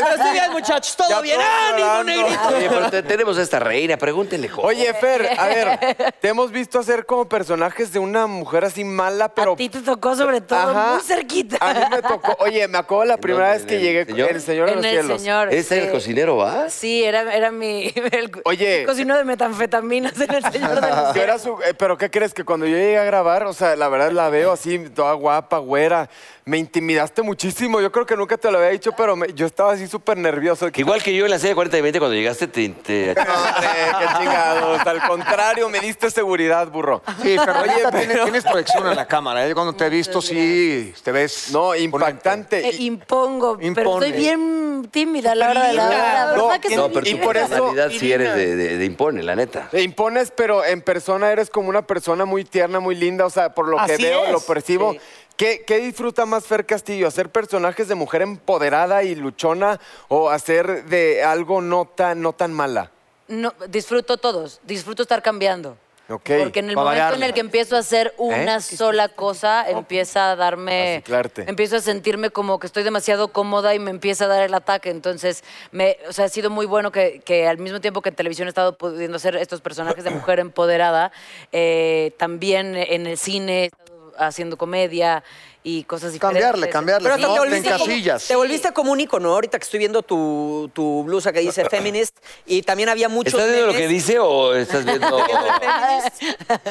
[SPEAKER 3] Pero estoy bien, muchachos, todo
[SPEAKER 5] Ya
[SPEAKER 3] bien.
[SPEAKER 5] todos
[SPEAKER 3] ¡Ah, ningún
[SPEAKER 5] llorando.
[SPEAKER 3] negrito!
[SPEAKER 2] Oye, pero te- tenemos a esta reina, pregúntenle, jo.
[SPEAKER 5] Oye, Fer, a ver, te hemos visto hacer como personajes de una mujer así mala, pero...
[SPEAKER 8] A ti te tocó sobre todo
[SPEAKER 5] Ajá.
[SPEAKER 8] muy cerquita.
[SPEAKER 5] A mí me tocó. Oye, me acuerdo la primera
[SPEAKER 2] dónde?
[SPEAKER 5] vez que
[SPEAKER 2] ¿En el
[SPEAKER 5] llegué
[SPEAKER 2] señor?
[SPEAKER 5] con el Señor de
[SPEAKER 8] en
[SPEAKER 5] los
[SPEAKER 8] el
[SPEAKER 5] Cielos.
[SPEAKER 8] señor.
[SPEAKER 2] ¿Este era el
[SPEAKER 8] sí.
[SPEAKER 2] cocinero, vas?
[SPEAKER 8] Sí, era, era mi [laughs] el co-
[SPEAKER 5] Oye.
[SPEAKER 8] el cocino de metanfetaminas en
[SPEAKER 5] [laughs]
[SPEAKER 8] el señor de los
[SPEAKER 5] Yo era su- eh, pero ¿qué crees? Que cuando yo llegué a grabar, o sea, la verdad la veo así, toda guapa, güera. Me intimidaste muchísimo. Yo creo que nunca te lo había dicho, pero me- yo estaba así súper nervioso.
[SPEAKER 2] Que Igual que yo en la serie 40 y 20 cuando llegaste te... [laughs] te-
[SPEAKER 5] No, hombre, qué chingados. Al contrario, me diste seguridad, burro.
[SPEAKER 4] Sí, pero oye, tienes,
[SPEAKER 5] pero-
[SPEAKER 4] tienes proyección en la cámara. ¿eh? Cuando te he visto, sí, te ves.
[SPEAKER 5] No,
[SPEAKER 4] imponente.
[SPEAKER 5] impactante.
[SPEAKER 8] Eh, impongo, pero
[SPEAKER 4] Impone.
[SPEAKER 8] soy bien Em, tímida a la hora de la
[SPEAKER 6] Tímida.
[SPEAKER 8] hora. La
[SPEAKER 5] No,
[SPEAKER 8] verdad que
[SPEAKER 5] y-
[SPEAKER 8] soy
[SPEAKER 2] No, pero
[SPEAKER 8] bien
[SPEAKER 2] tu
[SPEAKER 5] y por eso-
[SPEAKER 2] personalidad sí
[SPEAKER 6] Irina.
[SPEAKER 2] eres de, de- de impone, la neta.
[SPEAKER 5] Te impones, pero en persona eres como una persona muy tierna, muy linda. O sea, por lo que
[SPEAKER 6] Así
[SPEAKER 5] veo,
[SPEAKER 6] es.
[SPEAKER 5] lo percibo.
[SPEAKER 3] Sí.
[SPEAKER 5] ¿Qué, qué disfruta más Fer Castillo? ¿Hacer personajes de mujer empoderada y luchona o hacer de algo no tan, no tan mala?
[SPEAKER 8] No, disfruto todos, disfruto estar cambiando.
[SPEAKER 5] Ok,
[SPEAKER 8] Porque en el
[SPEAKER 5] pa'
[SPEAKER 8] momento en
[SPEAKER 5] variarle.
[SPEAKER 8] el que empiezo a hacer una sola cosa, empieza a darme...
[SPEAKER 5] A ciclarte.
[SPEAKER 8] Empiezo a sentirme como que estoy demasiado cómoda y me empieza a dar el ataque. Entonces, me, o sea, ha sido muy bueno que, que al mismo tiempo que en televisión he estado pudiendo hacer estos personajes de mujer empoderada, eh, también en el cine he estado haciendo comedia y cosas diferentes.
[SPEAKER 4] Cambiarle, cambiarle.
[SPEAKER 3] Pero hasta
[SPEAKER 4] no,
[SPEAKER 3] te
[SPEAKER 4] te
[SPEAKER 3] volviste,
[SPEAKER 4] encasillas.
[SPEAKER 3] Como, te volviste como un ícono. Ahorita que estoy viendo tu, tu blusa que
[SPEAKER 4] [laughs]
[SPEAKER 3] dice feminist y también había muchos
[SPEAKER 2] ¿Estás viendo lo que
[SPEAKER 3] memes
[SPEAKER 2] dice o
[SPEAKER 3] [laughs]
[SPEAKER 2] estás viendo...? [laughs]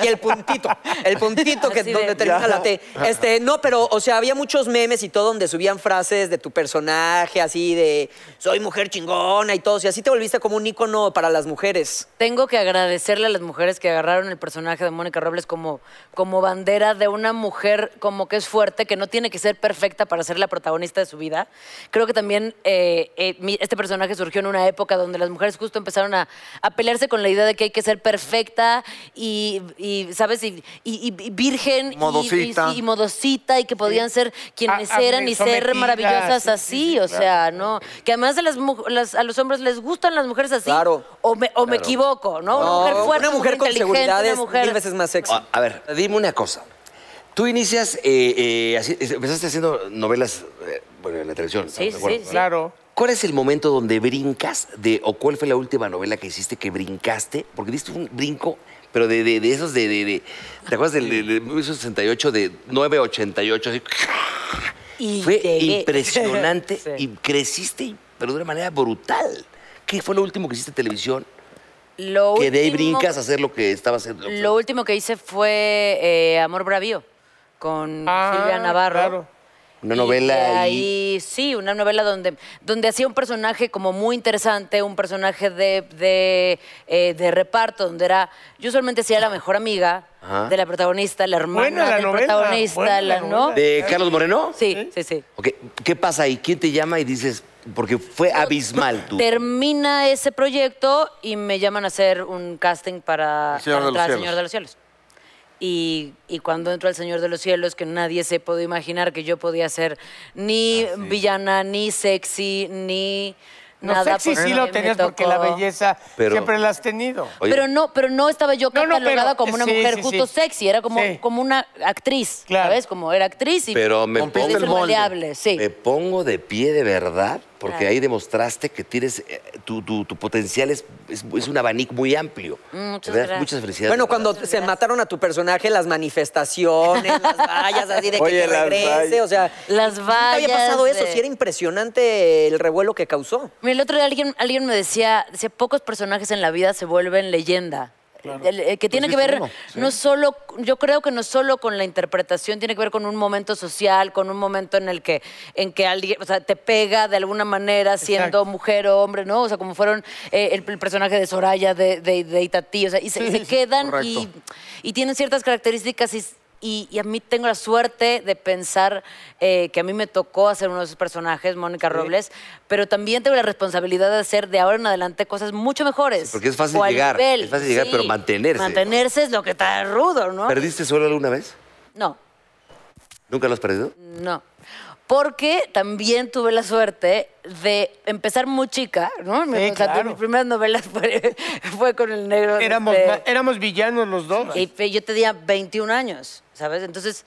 [SPEAKER 3] y el puntito, el puntito que
[SPEAKER 8] Así de-
[SPEAKER 3] donde termina la T. Este, no, pero o sea, había muchos memes y todo donde subían frases de tu personaje así de soy mujer chingona y todo, y así te volviste como un ícono para las mujeres.
[SPEAKER 8] Tengo que agradecerle a las mujeres que agarraron el personaje de Mónica Robles como, como bandera de una mujer como que es fuerte, acepte que no tiene que ser perfecta para ser la protagonista de su vida. Creo que también eh, eh, mi- este personaje surgió en una época donde las mujeres justo empezaron a, a pelearse con la idea de que hay que ser perfecta y, y, ¿sabes? Y, y- y- y virgen y- y-
[SPEAKER 4] Modosita.
[SPEAKER 8] y, modosita y que podían ser quienes
[SPEAKER 6] A- a-
[SPEAKER 8] eran y ser
[SPEAKER 6] sometidas,
[SPEAKER 8] maravillosas
[SPEAKER 6] sí, sí,
[SPEAKER 8] así,
[SPEAKER 6] sí,
[SPEAKER 8] o
[SPEAKER 6] claro.
[SPEAKER 8] sea, ¿no? Que además a, las, mu- las- a los hombres les gustan las mujeres así.
[SPEAKER 9] Claro.
[SPEAKER 8] O me, o me equivoco,
[SPEAKER 9] No,
[SPEAKER 8] ¿no? una mujer fuerte,
[SPEAKER 9] una mujer con
[SPEAKER 8] inteligente, una
[SPEAKER 9] seguridades
[SPEAKER 8] mujer-
[SPEAKER 9] mil veces más sexy.
[SPEAKER 2] A, a ver, dime una cosa. Tú inicias, eh, eh, así- empezaste haciendo novelas, eh, bueno, en la televisión. ¿no?
[SPEAKER 8] Sí,
[SPEAKER 2] ¿De
[SPEAKER 8] sí,
[SPEAKER 2] acuerdo?
[SPEAKER 8] sí.
[SPEAKER 6] Claro.
[SPEAKER 2] ¿Cuál es el momento donde brincas de, o cuál fue la última novela que hiciste que brincaste? Porque diste un brinco, pero de, de- de esos de, de- de- ¿Te acuerdas del de, de 1968, de 988? Así,
[SPEAKER 8] Y
[SPEAKER 2] fue
[SPEAKER 8] llegué.
[SPEAKER 2] impresionante
[SPEAKER 8] [laughs] Sí.
[SPEAKER 2] y creciste, pero de una manera brutal. ¿Qué fue lo último que hiciste en televisión?
[SPEAKER 8] Lo
[SPEAKER 2] que de ahí
[SPEAKER 8] último-
[SPEAKER 2] brincas a hacer lo que estabas haciendo.
[SPEAKER 8] Lo último que hice fue eh, Amor Bravío con
[SPEAKER 6] Ah,
[SPEAKER 8] Silvia Navarro.
[SPEAKER 6] claro.
[SPEAKER 2] Una
[SPEAKER 8] Y
[SPEAKER 2] novela
[SPEAKER 8] ahí,
[SPEAKER 2] ahí.
[SPEAKER 8] sí, una novela donde, donde hacía un personaje como muy interesante, un personaje de, de, eh, de reparto, donde era, yo solamente hacía la mejor amiga
[SPEAKER 2] Ajá.
[SPEAKER 8] de la protagonista, la hermana
[SPEAKER 6] Buena la
[SPEAKER 8] del
[SPEAKER 6] novela,
[SPEAKER 8] protagonista,
[SPEAKER 6] buena
[SPEAKER 8] la,
[SPEAKER 6] la
[SPEAKER 8] ¿no?
[SPEAKER 6] novela. ¿Eh?
[SPEAKER 2] ¿De Carlos Moreno?
[SPEAKER 8] Sí, sí, sí.
[SPEAKER 2] Ok, ¿Qué pasa ahí? ¿Quién te llama y dices? Porque fue abismal tú.
[SPEAKER 8] Termina ese proyecto y me llaman a hacer un casting para,
[SPEAKER 4] El Señor de
[SPEAKER 8] para
[SPEAKER 4] los
[SPEAKER 8] entrar al
[SPEAKER 4] Cielos.
[SPEAKER 8] Señor de los Cielos. Y, y cuando entro al Señor de los Cielos, que nadie se pudo imaginar que yo podía ser ni
[SPEAKER 2] Ah,
[SPEAKER 8] villana, ni sexy, ni
[SPEAKER 6] No,
[SPEAKER 8] nada.
[SPEAKER 6] sexy sí
[SPEAKER 8] porque
[SPEAKER 6] lo
[SPEAKER 8] me
[SPEAKER 6] tenías porque la
[SPEAKER 8] tocó.
[SPEAKER 6] belleza
[SPEAKER 2] Pero-
[SPEAKER 6] siempre la has tenido.
[SPEAKER 2] Oye,
[SPEAKER 8] Pero no, pero no estaba yo
[SPEAKER 6] No, no,
[SPEAKER 8] catalogada
[SPEAKER 6] pero-
[SPEAKER 8] como una
[SPEAKER 6] sí,
[SPEAKER 8] mujer
[SPEAKER 6] sí,
[SPEAKER 8] justo
[SPEAKER 6] sí.
[SPEAKER 8] sexy, era como,
[SPEAKER 6] Sí.
[SPEAKER 8] como una actriz,
[SPEAKER 6] Claro.
[SPEAKER 8] ¿sabes? Como era actriz y
[SPEAKER 2] Pero me
[SPEAKER 8] podía
[SPEAKER 2] pongo
[SPEAKER 8] ser
[SPEAKER 2] el molde.
[SPEAKER 8] maleable, sí.
[SPEAKER 2] Me pongo de pie de verdad, porque
[SPEAKER 8] Claro.
[SPEAKER 2] ahí demostraste que tienes eh, tu, tu- tu potencial es, es- es un abanico muy amplio.
[SPEAKER 8] Mm, muchas
[SPEAKER 2] De verdad,
[SPEAKER 8] gracias.
[SPEAKER 2] Muchas felicidades.
[SPEAKER 9] Bueno,
[SPEAKER 2] de verdad.
[SPEAKER 9] cuando se mataron a tu personaje, las manifestaciones, las vallas, así de que,
[SPEAKER 5] Oye,
[SPEAKER 9] que
[SPEAKER 5] las vallas.
[SPEAKER 9] regrese, o sea,
[SPEAKER 8] Las
[SPEAKER 9] nunca había pasado
[SPEAKER 8] vallas
[SPEAKER 9] eso,
[SPEAKER 8] de-
[SPEAKER 9] sí era impresionante el revuelo que causó.
[SPEAKER 8] Mira, el otro día alguien, alguien me decía, decía, pocos personajes en la vida se vuelven leyenda. El- el que tiene que ver no solo, yo creo que no solo con la interpretación, tiene que ver con un momento social, con un momento en el que, en que alguien, o sea, te pega de alguna manera siendo
[SPEAKER 6] Exacto.
[SPEAKER 8] mujer o hombre, ¿no? O sea, como fueron eh, el, el personaje de Soraya, de, de, de Itatí, o sea, y se, se quedan y, y tienen ciertas características y, y- y a mí tengo la suerte de pensar eh, que a mí me tocó hacer uno de esos personajes, Mónica Robles, pero también tengo la responsabilidad de hacer de ahora en adelante cosas mucho mejores.
[SPEAKER 2] Sí, porque es fácil
[SPEAKER 8] o al
[SPEAKER 2] llegar, es fácil llegar, pero mantenerse.
[SPEAKER 8] Mantenerse es lo que está rudo, ¿no?
[SPEAKER 2] ¿Perdiste solo alguna vez?
[SPEAKER 8] No.
[SPEAKER 2] ¿Nunca lo has perdido?
[SPEAKER 8] No. Porque también tuve la suerte de empezar muy chica, ¿no?
[SPEAKER 6] Sí,
[SPEAKER 8] o sea,
[SPEAKER 6] claro.
[SPEAKER 8] mis primeras novelas fue, [laughs] fue con el negro.
[SPEAKER 6] Éramos,
[SPEAKER 8] este,
[SPEAKER 6] ma- éramos villanos los dos.
[SPEAKER 8] y fe- yo tenía 21 años, ¿sabes? Entonces,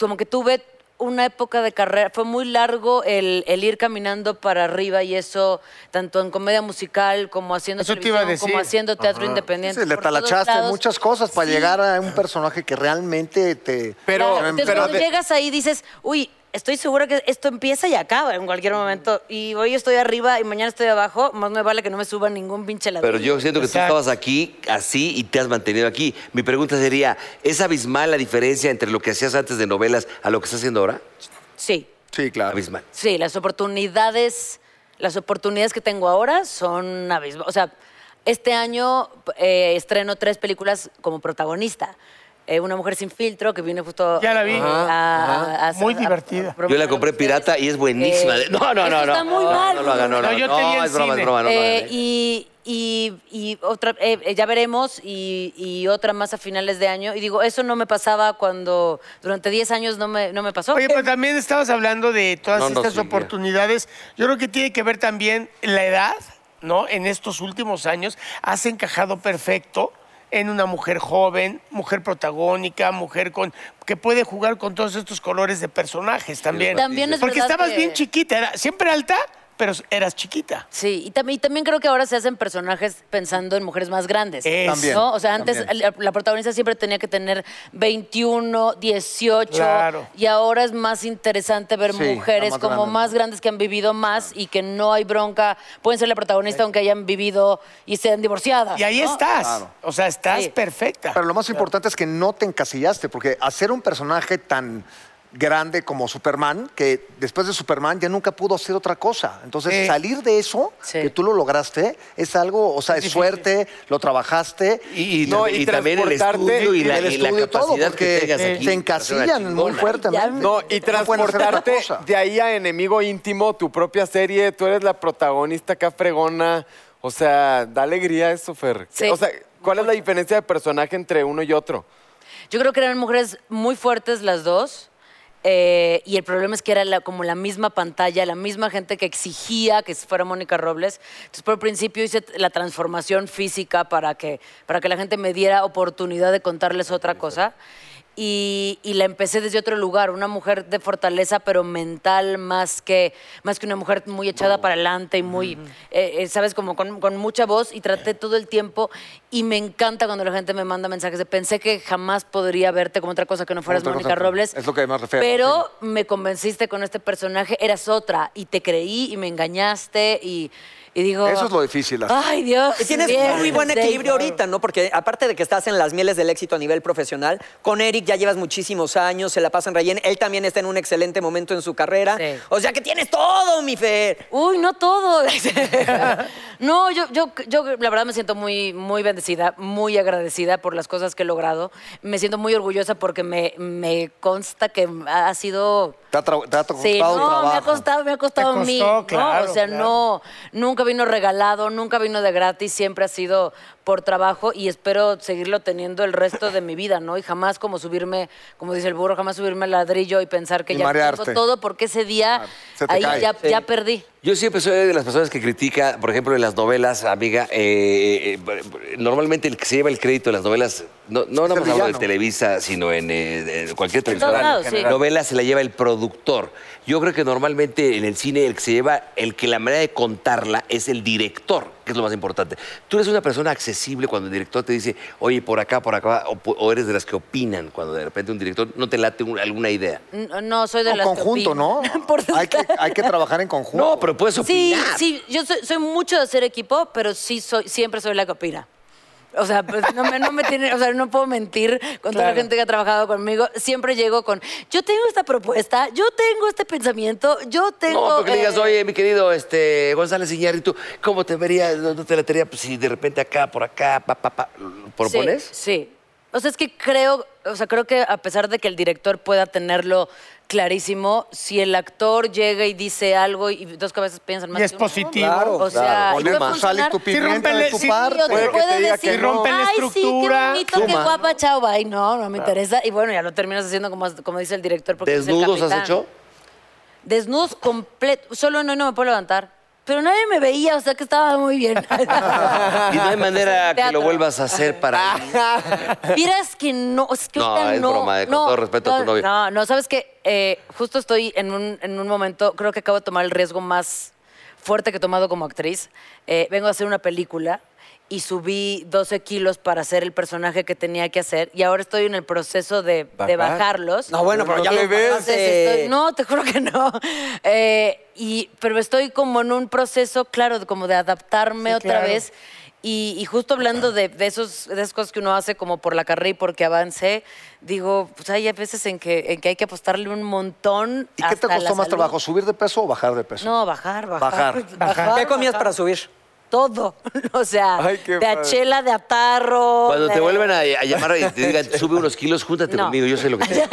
[SPEAKER 8] como que tuve una época de carrera, fue muy largo el, el ir caminando para arriba y eso, tanto en comedia musical como haciendo
[SPEAKER 6] Eso te iba a
[SPEAKER 8] televisión, como
[SPEAKER 6] decir.
[SPEAKER 8] haciendo teatro independiente.
[SPEAKER 4] Sí, le
[SPEAKER 8] por todos
[SPEAKER 4] talachaste
[SPEAKER 8] lados.
[SPEAKER 4] muchas cosas para
[SPEAKER 8] Sí.
[SPEAKER 4] llegar a un personaje que realmente te...
[SPEAKER 5] Pero-
[SPEAKER 2] em,
[SPEAKER 8] Claro, entonces
[SPEAKER 5] pero-
[SPEAKER 8] cuando llegas ahí dices, uy, estoy segura que esto empieza y acaba en cualquier momento. Y hoy estoy arriba y mañana estoy abajo, más me vale que no me suba ningún pinche ladrillo.
[SPEAKER 2] Pero yo siento que
[SPEAKER 6] Exacto.
[SPEAKER 2] tú estabas aquí así y te has mantenido aquí. Mi pregunta sería, ¿es abismal la diferencia entre lo que hacías antes de novelas a lo que estás haciendo ahora?
[SPEAKER 8] Sí,
[SPEAKER 4] Sí, claro.
[SPEAKER 2] Abismal.
[SPEAKER 8] sí, las oportunidades, las oportunidades que tengo ahora son abismales. O sea, este año eh, estreno tres películas como protagonista. Eh, una mujer sin filtro que viene justo
[SPEAKER 6] Ya la vi.
[SPEAKER 8] eh,
[SPEAKER 6] Ajá, ajá. Muy divertida.
[SPEAKER 2] Yo la compré pirata y es buenísima.
[SPEAKER 8] Eh,
[SPEAKER 2] no, no, no,
[SPEAKER 8] eso
[SPEAKER 2] no.
[SPEAKER 8] está muy
[SPEAKER 2] no,
[SPEAKER 8] mal,
[SPEAKER 2] No, lo hagan, no, no,
[SPEAKER 6] No, yo te vi en
[SPEAKER 2] es broma,
[SPEAKER 6] cine.
[SPEAKER 2] es broma. No, lo
[SPEAKER 8] Eh,
[SPEAKER 2] hagan, eh.
[SPEAKER 8] y, y- y otra, eh, eh, ya veremos, y, y otra más a finales de año. Y digo, eso no me pasaba cuando, durante 10 años no me, no Eh, me pasó.
[SPEAKER 6] Oye, pero también estabas hablando de todas
[SPEAKER 2] No, no,
[SPEAKER 6] estas
[SPEAKER 2] sí, ya.
[SPEAKER 6] oportunidades. Yo creo que tiene que ver también la edad, ¿no? En estos últimos años has encajado perfecto en una mujer joven, mujer protagónica, mujer con que puede jugar con todos estos colores de personajes también.
[SPEAKER 8] También es
[SPEAKER 6] Porque
[SPEAKER 8] verdad
[SPEAKER 6] estabas
[SPEAKER 8] que-
[SPEAKER 6] bien chiquita, era siempre alta, pero eras chiquita.
[SPEAKER 8] Sí, y, tam- y también creo que ahora se hacen personajes pensando en mujeres más grandes.
[SPEAKER 6] Eso. También,
[SPEAKER 8] ¿no? O sea, antes la, la protagonista siempre tenía que tener 21, 18.
[SPEAKER 6] Claro.
[SPEAKER 8] Y ahora es más interesante ver
[SPEAKER 4] Sí,
[SPEAKER 8] mujeres
[SPEAKER 4] está más
[SPEAKER 8] como
[SPEAKER 4] grande.
[SPEAKER 8] más grandes que han vivido más y que no hay bronca. Pueden ser la protagonista aunque hayan vivido y sean divorciadas.
[SPEAKER 6] Y ahí
[SPEAKER 8] ¿no?
[SPEAKER 6] estás. O sea, estás
[SPEAKER 8] Sí.
[SPEAKER 6] perfecta.
[SPEAKER 4] Pero lo más importante es que no te encasillaste, porque hacer un personaje tan grande como Superman, que después de Superman ya nunca pudo hacer otra cosa. Entonces,
[SPEAKER 6] Sí.
[SPEAKER 4] salir de eso,
[SPEAKER 8] Sí.
[SPEAKER 4] que tú lo lograste, es algo, o sea, es suerte, lo trabajaste.
[SPEAKER 2] Y, y
[SPEAKER 5] No,
[SPEAKER 2] tam-
[SPEAKER 5] y
[SPEAKER 2] y también el
[SPEAKER 5] transportarte
[SPEAKER 2] estudio y la,
[SPEAKER 4] el
[SPEAKER 2] y la
[SPEAKER 4] estudio y todo,
[SPEAKER 2] capacidad
[SPEAKER 4] porque
[SPEAKER 2] que tengas
[SPEAKER 4] se
[SPEAKER 2] aquí.
[SPEAKER 4] encasillan muy fuertemente.
[SPEAKER 5] No,
[SPEAKER 4] pueden hacer
[SPEAKER 5] y
[SPEAKER 4] otra
[SPEAKER 5] transportarte
[SPEAKER 4] cosa.
[SPEAKER 5] de ahí a enemigo íntimo, tu propia serie, tú eres la protagonista acá fregona. O sea, da alegría eso, Fer.
[SPEAKER 8] Sí.
[SPEAKER 5] O sea, ¿cuál es la diferencia de personaje entre uno y otro?
[SPEAKER 8] Yo creo que eran mujeres muy fuertes las dos. eh, y el problema es que era la- como la misma pantalla, la misma gente que exigía que fuera Mónica Robles. Entonces, por el principio hice la transformación física para que, para que la gente me diera oportunidad de contarles otra cosa. Y, y la empecé desde otro lugar, una mujer de fortaleza, pero mental más que, más que una mujer muy echada para adelante y muy, eh, eh, ¿sabes? Como con, con mucha voz y traté todo el tiempo y me encanta cuando la gente me manda mensajes de pensé que jamás podría verte como otra cosa que no fueras
[SPEAKER 4] otra cosa
[SPEAKER 8] Mónica
[SPEAKER 4] que-
[SPEAKER 8] Robles.
[SPEAKER 4] es lo que más refiero,
[SPEAKER 8] Pero me convenciste con este personaje, eras otra y te creí y me engañaste y, y digo...
[SPEAKER 4] Eso es lo difícil, así.
[SPEAKER 8] Ay, Dios.
[SPEAKER 9] Y Tienes
[SPEAKER 8] bien,
[SPEAKER 9] muy buen
[SPEAKER 8] Dave".
[SPEAKER 9] equilibrio ahorita, ¿no? Porque aparte de que estás en las mieles del éxito a nivel profesional, con Eric ya llevas muchísimos años, se la pasan re bien. Él también está en un excelente momento en su carrera.
[SPEAKER 8] Sí.
[SPEAKER 9] O sea que tienes todo, mi Fer.
[SPEAKER 8] Uy, no todo. [laughs] no, yo, yo, yo la verdad me siento muy, muy bendecida, muy agradecida por las cosas que he logrado. Me siento muy orgullosa porque me, me consta que ha sido...
[SPEAKER 4] Te ha, tra- te ha costado
[SPEAKER 8] Sí, no, me ha
[SPEAKER 4] trabajo.
[SPEAKER 8] costado, me ha costado
[SPEAKER 6] Te
[SPEAKER 8] a mí.
[SPEAKER 6] costó,
[SPEAKER 8] ¿no?
[SPEAKER 6] claro,
[SPEAKER 8] o sea,
[SPEAKER 6] claro.
[SPEAKER 8] no, nunca vino regalado, nunca vino de gratis, siempre ha sido por trabajo y espero seguirlo teniendo el resto de mi vida, ¿no? Y jamás como subirme, como dice el burro, jamás subirme al ladrillo y pensar que
[SPEAKER 4] Y
[SPEAKER 8] ya
[SPEAKER 4] marearte.
[SPEAKER 8] tengo todo porque ese día
[SPEAKER 4] se te
[SPEAKER 8] ahí
[SPEAKER 4] cae.
[SPEAKER 8] ya, ya perdí.
[SPEAKER 2] Yo siempre soy de las personas que critica, por ejemplo, en las novelas, amiga, eh, eh, eh, normalmente el que se lleva el crédito de las novelas, no, no nada más hablo de
[SPEAKER 4] villano.
[SPEAKER 2] Televisa, sino en eh, de cualquier
[SPEAKER 8] todos
[SPEAKER 2] televisora.
[SPEAKER 8] lados, sí.
[SPEAKER 2] Novela se la lleva el productor. Yo creo que normalmente en el cine el que se lleva, el que la manera de contarla es el director, que es lo más importante. Tú eres una persona accesible cuando el director te dice, oye, por acá, por acá, o, po- o eres de las que opinan cuando de repente un director no te late un- alguna idea.
[SPEAKER 8] No, no, soy de
[SPEAKER 4] En
[SPEAKER 8] las que
[SPEAKER 4] conjunto, ¿no?
[SPEAKER 8] opinan. [laughs] Por
[SPEAKER 4] hay, que, hay que trabajar en conjunto.
[SPEAKER 2] No, pero puedes
[SPEAKER 8] Sí,
[SPEAKER 2] pues, opinar.
[SPEAKER 8] sí, yo soy, soy mucho de hacer equipo, pero sí soy, siempre soy la que opina. O sea, pues, no, me, no me tiene, o sea, no puedo mentir con toda la gente que ha trabajado conmigo. Siempre llego con, yo tengo esta propuesta, yo tengo este pensamiento, yo tengo...
[SPEAKER 2] No, porque le digas,
[SPEAKER 8] eh,
[SPEAKER 2] oye, mi querido este, González Iñárritu, ¿cómo te vería? ¿No no te latería? Pues si de repente acá, por acá, pa, pa, pa. ¿Propones?
[SPEAKER 8] Sí, sí. O sea, es que creo, o sea, creo que a pesar de que el director pueda tenerlo clarísimo, si el actor llega y dice algo y dos cabezas piensan más
[SPEAKER 6] Y es
[SPEAKER 8] que una,
[SPEAKER 6] positivo.
[SPEAKER 8] o sea, y puede
[SPEAKER 4] Ponle más sal y
[SPEAKER 8] funcionar.
[SPEAKER 4] tu pimienta
[SPEAKER 6] rompele-
[SPEAKER 4] de tu
[SPEAKER 6] sí,
[SPEAKER 4] parte.
[SPEAKER 8] Puede
[SPEAKER 5] Puede que te diga
[SPEAKER 8] decir,
[SPEAKER 5] que no. Ah.
[SPEAKER 6] Rompen la estructura,
[SPEAKER 8] Ay, sí, qué bonito, qué guapa, chao, bye. No, no me interesa. Y bueno, ya lo terminas haciendo como, como dice el director. Porque es el
[SPEAKER 2] ¿Desnudos has
[SPEAKER 8] capitán.
[SPEAKER 2] hecho?
[SPEAKER 8] Desnudos completo. Solo no, no me puedo levantar. Pero nadie me veía, o sea que estaba muy bien.
[SPEAKER 5] [laughs]
[SPEAKER 2] Y no hay
[SPEAKER 8] [laughs]
[SPEAKER 2] manera que lo
[SPEAKER 8] Teatro.
[SPEAKER 2] vuelvas a hacer para mí.
[SPEAKER 8] Vieras que no, es que
[SPEAKER 2] No,
[SPEAKER 8] ahorita
[SPEAKER 2] es
[SPEAKER 8] no.
[SPEAKER 2] broma, eh, con todo respeto a tu
[SPEAKER 8] no,
[SPEAKER 2] novio.
[SPEAKER 8] No, no, sabes que justo estoy en un, en un momento, creo que acabo de tomar el riesgo más fuerte que he tomado como actriz. Eh, vengo a hacer una película y subí 12 kilos para hacer el personaje que tenía que hacer y ahora estoy en el proceso de, de
[SPEAKER 5] Bajar.
[SPEAKER 8] bajarlos.
[SPEAKER 9] No, Ah, bueno, pero
[SPEAKER 5] No
[SPEAKER 9] ya eh.
[SPEAKER 5] te
[SPEAKER 9] lo
[SPEAKER 5] ves.
[SPEAKER 8] Entonces,
[SPEAKER 9] pagaste.
[SPEAKER 8] estoy- no, te juro que no. [laughs] Eh, y, pero estoy como en un proceso, claro, de- como de adaptarme
[SPEAKER 6] Sí,
[SPEAKER 8] otra
[SPEAKER 6] claro.
[SPEAKER 8] vez. Y, y justo hablando de, de esos, de esas cosas que uno hace como por la carrera y porque avance, digo, pues hay veces en que, en que hay que apostarle un montón.
[SPEAKER 4] ¿Y qué te
[SPEAKER 8] hasta la
[SPEAKER 4] costó más
[SPEAKER 8] salud.
[SPEAKER 4] trabajo, subir de peso o bajar de peso?
[SPEAKER 8] No, bajar, bajar.
[SPEAKER 4] Bajar.
[SPEAKER 9] ¿Qué comías para subir?
[SPEAKER 8] Todo. [laughs] O sea,
[SPEAKER 5] Ay, qué
[SPEAKER 8] de
[SPEAKER 5] padre.
[SPEAKER 8] achela, de atarro.
[SPEAKER 2] Cuando te
[SPEAKER 8] de-
[SPEAKER 2] vuelven a, a llamar y te digan, sube unos kilos, júntate
[SPEAKER 8] No.
[SPEAKER 2] conmigo, yo sé
[SPEAKER 8] [laughs]
[SPEAKER 2] lo que te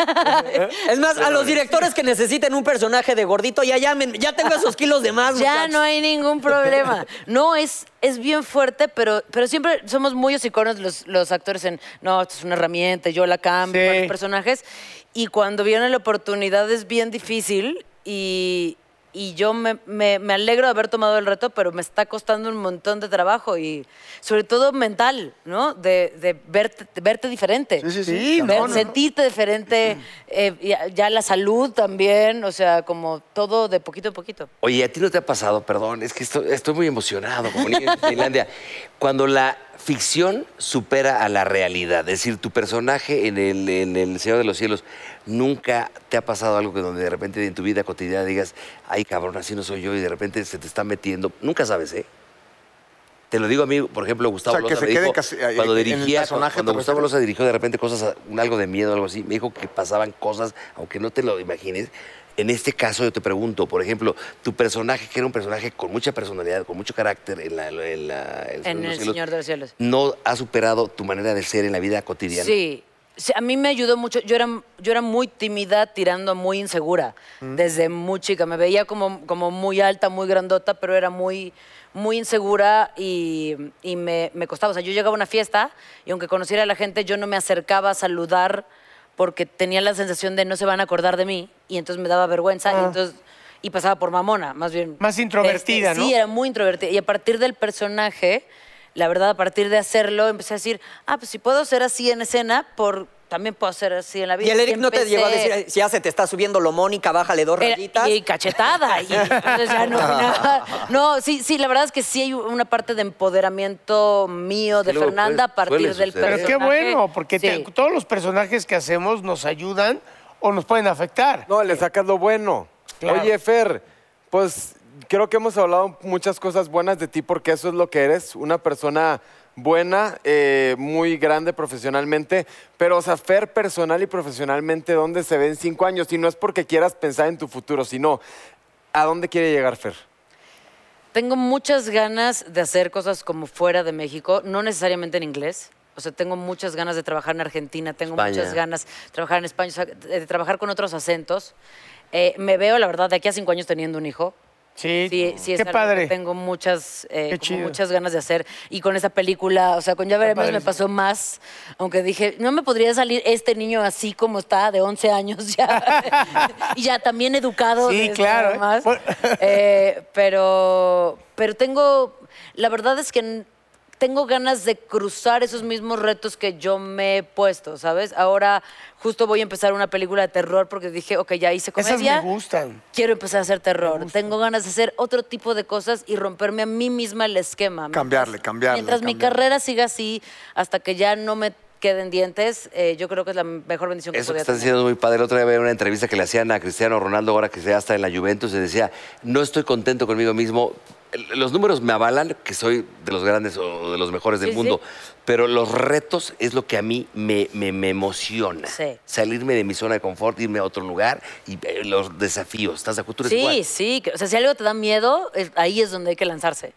[SPEAKER 9] Es más, a los directores que necesiten un personaje de gordito, ya llamen. Ya tengo esos kilos de más,
[SPEAKER 8] [laughs] Ya
[SPEAKER 9] muchachos.
[SPEAKER 8] no hay ningún problema. No, es, es bien fuerte, pero, pero siempre somos muy hocicones los, los actores en, no, esto es una herramienta, yo la cambio
[SPEAKER 6] Sí.
[SPEAKER 8] para los personajes. Y cuando viene la oportunidad es bien difícil y, y yo me, me- me alegro de haber tomado el reto, pero me está costando un montón de trabajo y sobre todo mental, ¿no? De, de verte, de verte diferente.
[SPEAKER 4] Sí, sí, sí.
[SPEAKER 6] Sí,
[SPEAKER 8] Ver-
[SPEAKER 6] no, no, no.
[SPEAKER 8] sentirte diferente, eh, ya, ya la salud también, o sea, como todo de poquito a poquito.
[SPEAKER 2] Oye, ¿a ti no te ha pasado? Perdón, es que esto- estoy muy emocionado, como niño en
[SPEAKER 4] [laughs]
[SPEAKER 2] Tailandia. Cuando la ficción supera a la realidad, es decir, tu personaje en el, en el Señor de los Cielos, ¿nunca te ha pasado algo que donde de repente en tu vida cotidiana digas, ay cabrón, así no soy yo, y de repente se te está metiendo? Nunca sabes, ¿eh? Te lo digo a mí, por ejemplo, Gustavo
[SPEAKER 4] O sea, que
[SPEAKER 2] Loza
[SPEAKER 4] se
[SPEAKER 2] me
[SPEAKER 4] quede
[SPEAKER 2] dijo,
[SPEAKER 4] casi- eh,
[SPEAKER 2] cuando
[SPEAKER 4] en el
[SPEAKER 2] dirigía,
[SPEAKER 4] personaje,
[SPEAKER 2] cuando
[SPEAKER 4] ¿te
[SPEAKER 2] Gustavo
[SPEAKER 4] refieres?
[SPEAKER 2] Loza dirigió de repente cosas, un algo de miedo, algo así, me dijo que pasaban cosas, aunque no te lo imagines. En este caso yo te pregunto, por ejemplo, tu personaje, que era un personaje con mucha personalidad, con mucho carácter en, la- en la- en
[SPEAKER 8] En
[SPEAKER 2] los
[SPEAKER 8] El
[SPEAKER 2] cielos,
[SPEAKER 8] Señor de los Cielos.
[SPEAKER 2] ¿no ha superado tu manera de ser en la vida cotidiana?
[SPEAKER 8] Sí. Sí, a mí me ayudó mucho. Yo era, yo era muy tímida, tirando a muy insegura desde muy chica. Me veía como, como muy alta, muy grandota, pero era muy, muy insegura y, y me, me costaba. O sea, yo llegaba a una fiesta y aunque conociera a la gente, yo no me acercaba a saludar porque tenía la sensación de no se van a acordar de mí y entonces me daba vergüenza y entonces y pasaba por mamona, más bien.
[SPEAKER 6] Ah. Más introvertida,
[SPEAKER 8] Este,
[SPEAKER 6] ¿no?
[SPEAKER 8] Sí, era muy introvertida. Y a partir del personaje, la verdad, a partir de hacerlo, empecé a decir, ah, pues si puedo ser así en escena, por, también puedo ser así en la vida.
[SPEAKER 9] Y el Eric no te
[SPEAKER 8] empecé-
[SPEAKER 9] llegó a decir, si ya se te está subiendo lo Mónica, bájale dos
[SPEAKER 8] Era-
[SPEAKER 9] rayitas.
[SPEAKER 8] y cachetada. Y entonces ya
[SPEAKER 9] [laughs]
[SPEAKER 8] no, nada. no, sí, sí, la verdad es que sí hay una parte de empoderamiento mío, de
[SPEAKER 2] que luego
[SPEAKER 8] Fernanda, a
[SPEAKER 2] puede- suele
[SPEAKER 8] partir del
[SPEAKER 2] suceder.
[SPEAKER 8] personaje.
[SPEAKER 2] Pero
[SPEAKER 6] Qué bueno, porque
[SPEAKER 8] Sí.
[SPEAKER 6] te- todos los personajes que hacemos nos ayudan o nos pueden afectar.
[SPEAKER 5] No, le sacas lo bueno.
[SPEAKER 6] Claro.
[SPEAKER 5] Oye, Fer, pues creo que hemos hablado muchas cosas buenas de ti porque eso es lo que eres, una persona buena, eh, muy grande profesionalmente, pero o sea, Fer personal y profesionalmente, ¿dónde se ve en cinco años? Y no es porque quieras pensar en tu futuro, sino ¿a dónde quiere llegar Fer?
[SPEAKER 8] Tengo muchas ganas de hacer cosas como fuera de México, no necesariamente en inglés. O sea, tengo muchas ganas de trabajar en Argentina, tengo
[SPEAKER 2] España.
[SPEAKER 8] muchas ganas de trabajar en España, o sea, de de trabajar con otros acentos. Eh, me veo, la verdad, de aquí a cinco años teniendo un hijo.
[SPEAKER 6] Sí,
[SPEAKER 8] Sí, sí, es
[SPEAKER 6] qué
[SPEAKER 8] algo que
[SPEAKER 6] padre.
[SPEAKER 8] tengo muchas,
[SPEAKER 6] Qué
[SPEAKER 8] eh, como
[SPEAKER 6] chido.
[SPEAKER 8] muchas ganas de hacer. Y con esa película, o sea, con Ya veremos me
[SPEAKER 6] padrísimo.
[SPEAKER 8] pasó más. Aunque dije, no me podría salir este niño así como está, de 11 años
[SPEAKER 6] [laughs]
[SPEAKER 8] ya. y ya también educado.
[SPEAKER 6] Sí,
[SPEAKER 8] de eso
[SPEAKER 6] claro, ¿eh?
[SPEAKER 8] nomás.
[SPEAKER 6] Bueno.
[SPEAKER 8] [laughs] Eh, pero, pero tengo, la verdad es que n- tengo ganas de cruzar esos mismos retos que yo me he puesto, ¿sabes? Ahora justo voy a empezar una película de terror porque dije, ok, ya hice comedia
[SPEAKER 6] Esas me gustan.
[SPEAKER 8] quiero empezar a hacer terror. Tengo ganas de hacer otro tipo de cosas y romperme a mí misma el esquema.
[SPEAKER 4] Cambiarle, cambiarle,
[SPEAKER 8] Mientras mi
[SPEAKER 4] cambiarle.
[SPEAKER 8] carrera siga así, hasta que ya no me queden dientes, eh, yo creo que es la mejor bendición que
[SPEAKER 2] Eso que
[SPEAKER 8] podía
[SPEAKER 2] estás
[SPEAKER 8] tener.
[SPEAKER 2] diciendo es muy padre. Otra vez había una entrevista que le hacían a Cristiano Ronaldo, ahora que ya está en la Juventus, y decía, no estoy contento conmigo mismo. El- Los números me avalan que soy de los grandes o de los mejores del
[SPEAKER 8] Sí, sí.
[SPEAKER 2] mundo, pero los retos es lo que a mí me, me- me emociona.
[SPEAKER 8] Sí.
[SPEAKER 2] Salirme de mi zona de confort, irme a otro lugar y eh, los desafíos. ¿Estás de acuerdo? Tú eres
[SPEAKER 8] Sí,
[SPEAKER 2] igual.
[SPEAKER 8] sí. que- O sea, si algo te da miedo, es- ahí es donde hay que lanzarse.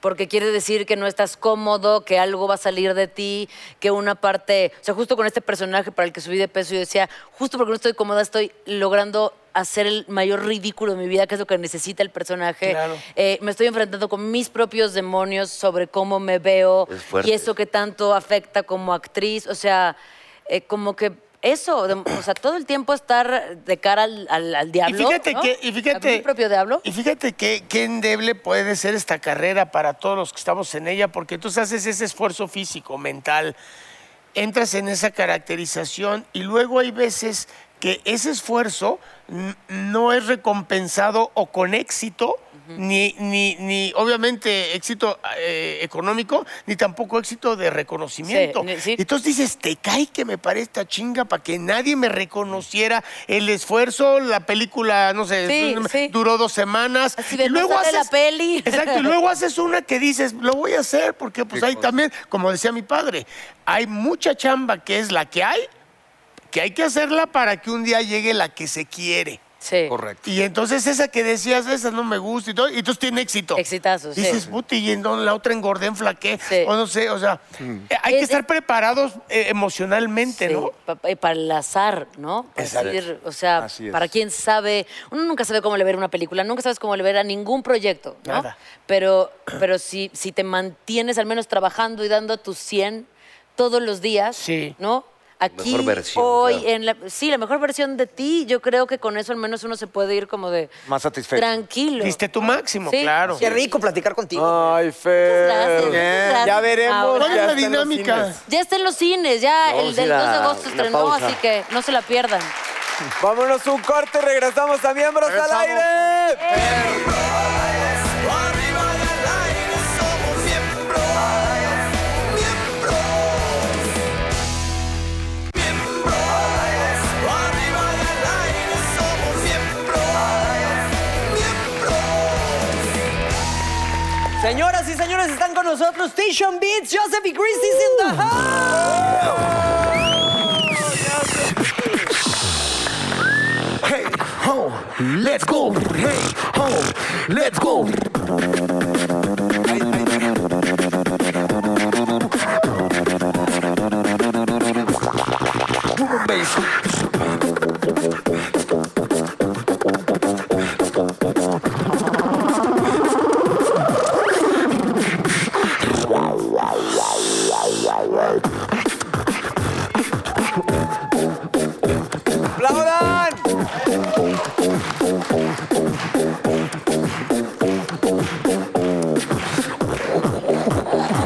[SPEAKER 8] Porque quiere decir que no estás cómodo, que algo va a salir de ti, que una parte. O sea, justo con este personaje para el que subí de peso, yo decía, justo porque no estoy cómoda, estoy logrando hacer el mayor ridículo de mi vida, que es lo que necesita el personaje.
[SPEAKER 6] Claro.
[SPEAKER 8] Eh, me estoy enfrentando con mis propios demonios sobre cómo me veo
[SPEAKER 2] Es fuerte.
[SPEAKER 8] y eso que tanto afecta como actriz. O sea, eh, como que eso, de- o sea, todo el tiempo estar de cara al, al- al diablo.
[SPEAKER 6] Y fíjate
[SPEAKER 8] ¿no?
[SPEAKER 6] que, y fíjate,
[SPEAKER 8] ¿A mi propio diablo?
[SPEAKER 6] Y fíjate que qué endeble puede ser esta carrera para todos los que estamos en ella, porque tú haces ese esfuerzo físico, mental, entras en esa caracterización y luego hay veces que ese esfuerzo n- no es recompensado o con éxito, ni, ni, ni obviamente éxito eh, económico, ni tampoco éxito de reconocimiento.
[SPEAKER 8] ni- sí.
[SPEAKER 6] Y entonces dices, te cae que me pare esta chinga para que nadie me reconociera el esfuerzo, la película, no sé,
[SPEAKER 8] Sí,
[SPEAKER 6] du-
[SPEAKER 8] sí.
[SPEAKER 6] duró dos semanas.
[SPEAKER 8] Así de, "No sale la peli". [laughs]
[SPEAKER 6] Exacto, y luego haces una que dices, lo voy a hacer, porque pues ahí también, como decía mi padre, hay mucha chamba que es la que hay, que hay que hacerla para que un día llegue la que se quiere.
[SPEAKER 8] Sí.
[SPEAKER 4] Correcto.
[SPEAKER 6] Y entonces esa que decías, esa no me gusta y todo, y entonces tiene éxito.
[SPEAKER 8] Exitazos, sí.
[SPEAKER 6] Dices, puti, y entonces la otra engordé, enflaqué,
[SPEAKER 8] Sí.
[SPEAKER 6] o no sé, o sea, eh, hay
[SPEAKER 8] Es-
[SPEAKER 6] que estar preparados eh, emocionalmente,
[SPEAKER 8] Sí,
[SPEAKER 6] ¿no?
[SPEAKER 8] pa- eh, para el azar, ¿no? Para
[SPEAKER 4] Exacto.
[SPEAKER 8] decir, o sea,
[SPEAKER 4] Así es.
[SPEAKER 8] para quien sabe, uno nunca sabe cómo le ver una película, nunca sabes cómo le ver a ningún proyecto, ¿no?
[SPEAKER 6] Nada.
[SPEAKER 8] Pero, pero si, si te mantienes al menos trabajando y dando tus 100 todos los días,
[SPEAKER 6] Sí.
[SPEAKER 8] ¿no? Aquí,
[SPEAKER 2] Mejor versión,
[SPEAKER 8] hoy,
[SPEAKER 2] claro.
[SPEAKER 8] en la, sí, la mejor versión de ti, yo creo que con eso al menos uno se puede ir como de...
[SPEAKER 4] Más satisfecho.
[SPEAKER 8] Tranquilo.
[SPEAKER 6] Diste tu máximo,
[SPEAKER 8] Sí.
[SPEAKER 6] claro.
[SPEAKER 9] Qué rico platicar contigo.
[SPEAKER 5] Ay,
[SPEAKER 8] Muchas gracias,
[SPEAKER 5] Fer.
[SPEAKER 8] muchas gracias.
[SPEAKER 5] Ya veremos.
[SPEAKER 8] Ahora-
[SPEAKER 6] ¿Cuál es
[SPEAKER 5] ya
[SPEAKER 6] la
[SPEAKER 5] está en los
[SPEAKER 6] dinámica?
[SPEAKER 5] cines.
[SPEAKER 8] Ya está en los cines, ya
[SPEAKER 2] Vamos a
[SPEAKER 8] el del
[SPEAKER 2] ir
[SPEAKER 8] 2 de
[SPEAKER 2] a
[SPEAKER 8] agosto
[SPEAKER 2] una
[SPEAKER 8] estrenó,
[SPEAKER 2] pausa.
[SPEAKER 8] así que no se la pierdan.
[SPEAKER 5] Vámonos un corte, regresamos a Miembros al Aire.
[SPEAKER 8] Eh.
[SPEAKER 1] Arriba y al aire somos miembros, miembros, miembros. Arriba y al aire somos miembros, miembros.
[SPEAKER 9] Señoras y señores, están con nosotros Station Beats, Joseph y Chris is in the house.
[SPEAKER 1] Hey, ho, let's go. Hey, ho, let's go.
[SPEAKER 9] ¡Aplaudan!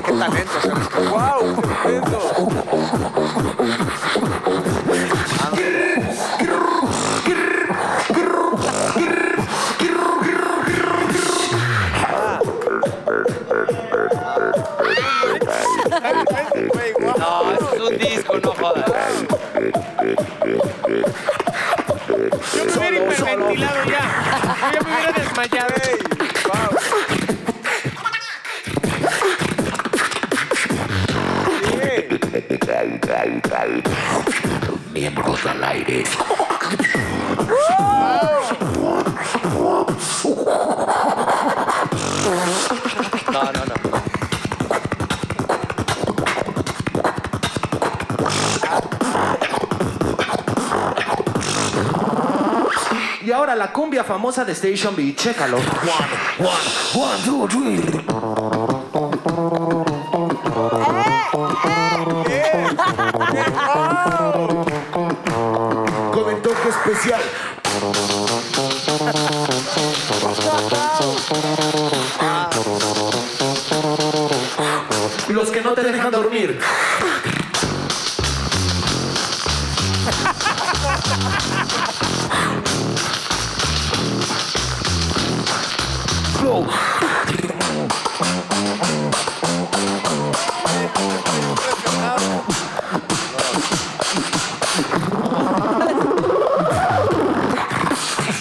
[SPEAKER 4] Qué talento, ¡Wow!
[SPEAKER 2] No, eso es un disco, no jodas.
[SPEAKER 6] Yo me hubiera hiperventilado ya. Yo ya me hubiera desmayado.
[SPEAKER 1] Miembros al aire.
[SPEAKER 2] No, no, no.
[SPEAKER 10] Y ahora la cumbia famosa de Station B, chécalo.
[SPEAKER 1] One, two, three. Con el toque especial.
[SPEAKER 10] Los que no te dejan dormir.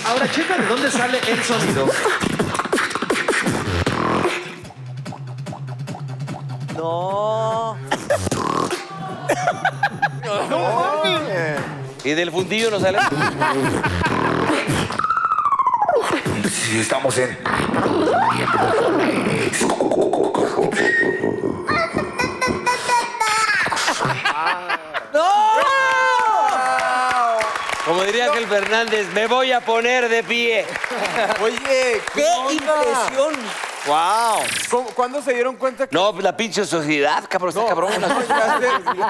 [SPEAKER 10] Ahora checa de dónde sale el sonido.
[SPEAKER 9] No.
[SPEAKER 2] ¿Y del fundillo no sale?
[SPEAKER 1] Si estamos en.
[SPEAKER 2] Como diría Ángel Fernández, me voy a poner de pie.
[SPEAKER 5] Oye,
[SPEAKER 9] ¡Qué impresión!
[SPEAKER 2] ¡Wow!
[SPEAKER 5] ¿Cómo- ¿Cuándo se dieron cuenta que.?
[SPEAKER 2] No, pues, la pinche sociedad, cabrón, está cabrón.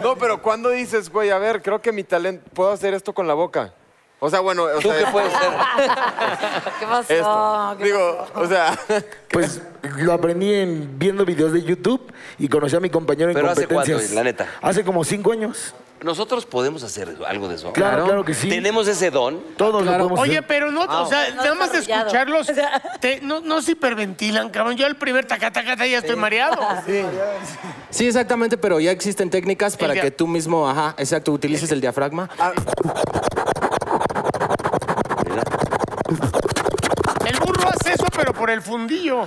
[SPEAKER 5] No, pero ¿cuándo dices, güey, a ver, creo que mi talento. Puedo hacer esto con la boca? O sea, bueno. O
[SPEAKER 2] ¿Tú
[SPEAKER 5] sea,
[SPEAKER 2] qué puedes ser?
[SPEAKER 8] ¿Qué pasó?
[SPEAKER 5] Esto.
[SPEAKER 8] ¿Qué
[SPEAKER 5] Digo, o sea.
[SPEAKER 10] Pues lo aprendí en, viendo videos de YouTube y conocí a mi compañero en
[SPEAKER 2] Pero ¿hace
[SPEAKER 10] competencias.
[SPEAKER 2] cuánto, la neta?
[SPEAKER 10] Hace como cinco años.
[SPEAKER 2] Nosotros podemos hacer algo de eso.
[SPEAKER 10] Claro, claro, que sí.
[SPEAKER 2] Tenemos ese don.
[SPEAKER 10] Todos lo podemos
[SPEAKER 6] Oye,
[SPEAKER 10] hacer.
[SPEAKER 6] pero no, o sea,
[SPEAKER 8] No
[SPEAKER 6] nada más de
[SPEAKER 8] desarrollado.
[SPEAKER 6] escucharlos,
[SPEAKER 8] O sea-
[SPEAKER 6] te- no, no se hiperventilan, cabrón. Yo al primer tacatacata ya estoy mareado.
[SPEAKER 11] Sí, exactamente, pero ya existen técnicas para
[SPEAKER 6] dia-
[SPEAKER 11] que tú mismo, ajá, exacto, utilices el diafragma.
[SPEAKER 6] El burro hace eso, pero por el fundillo.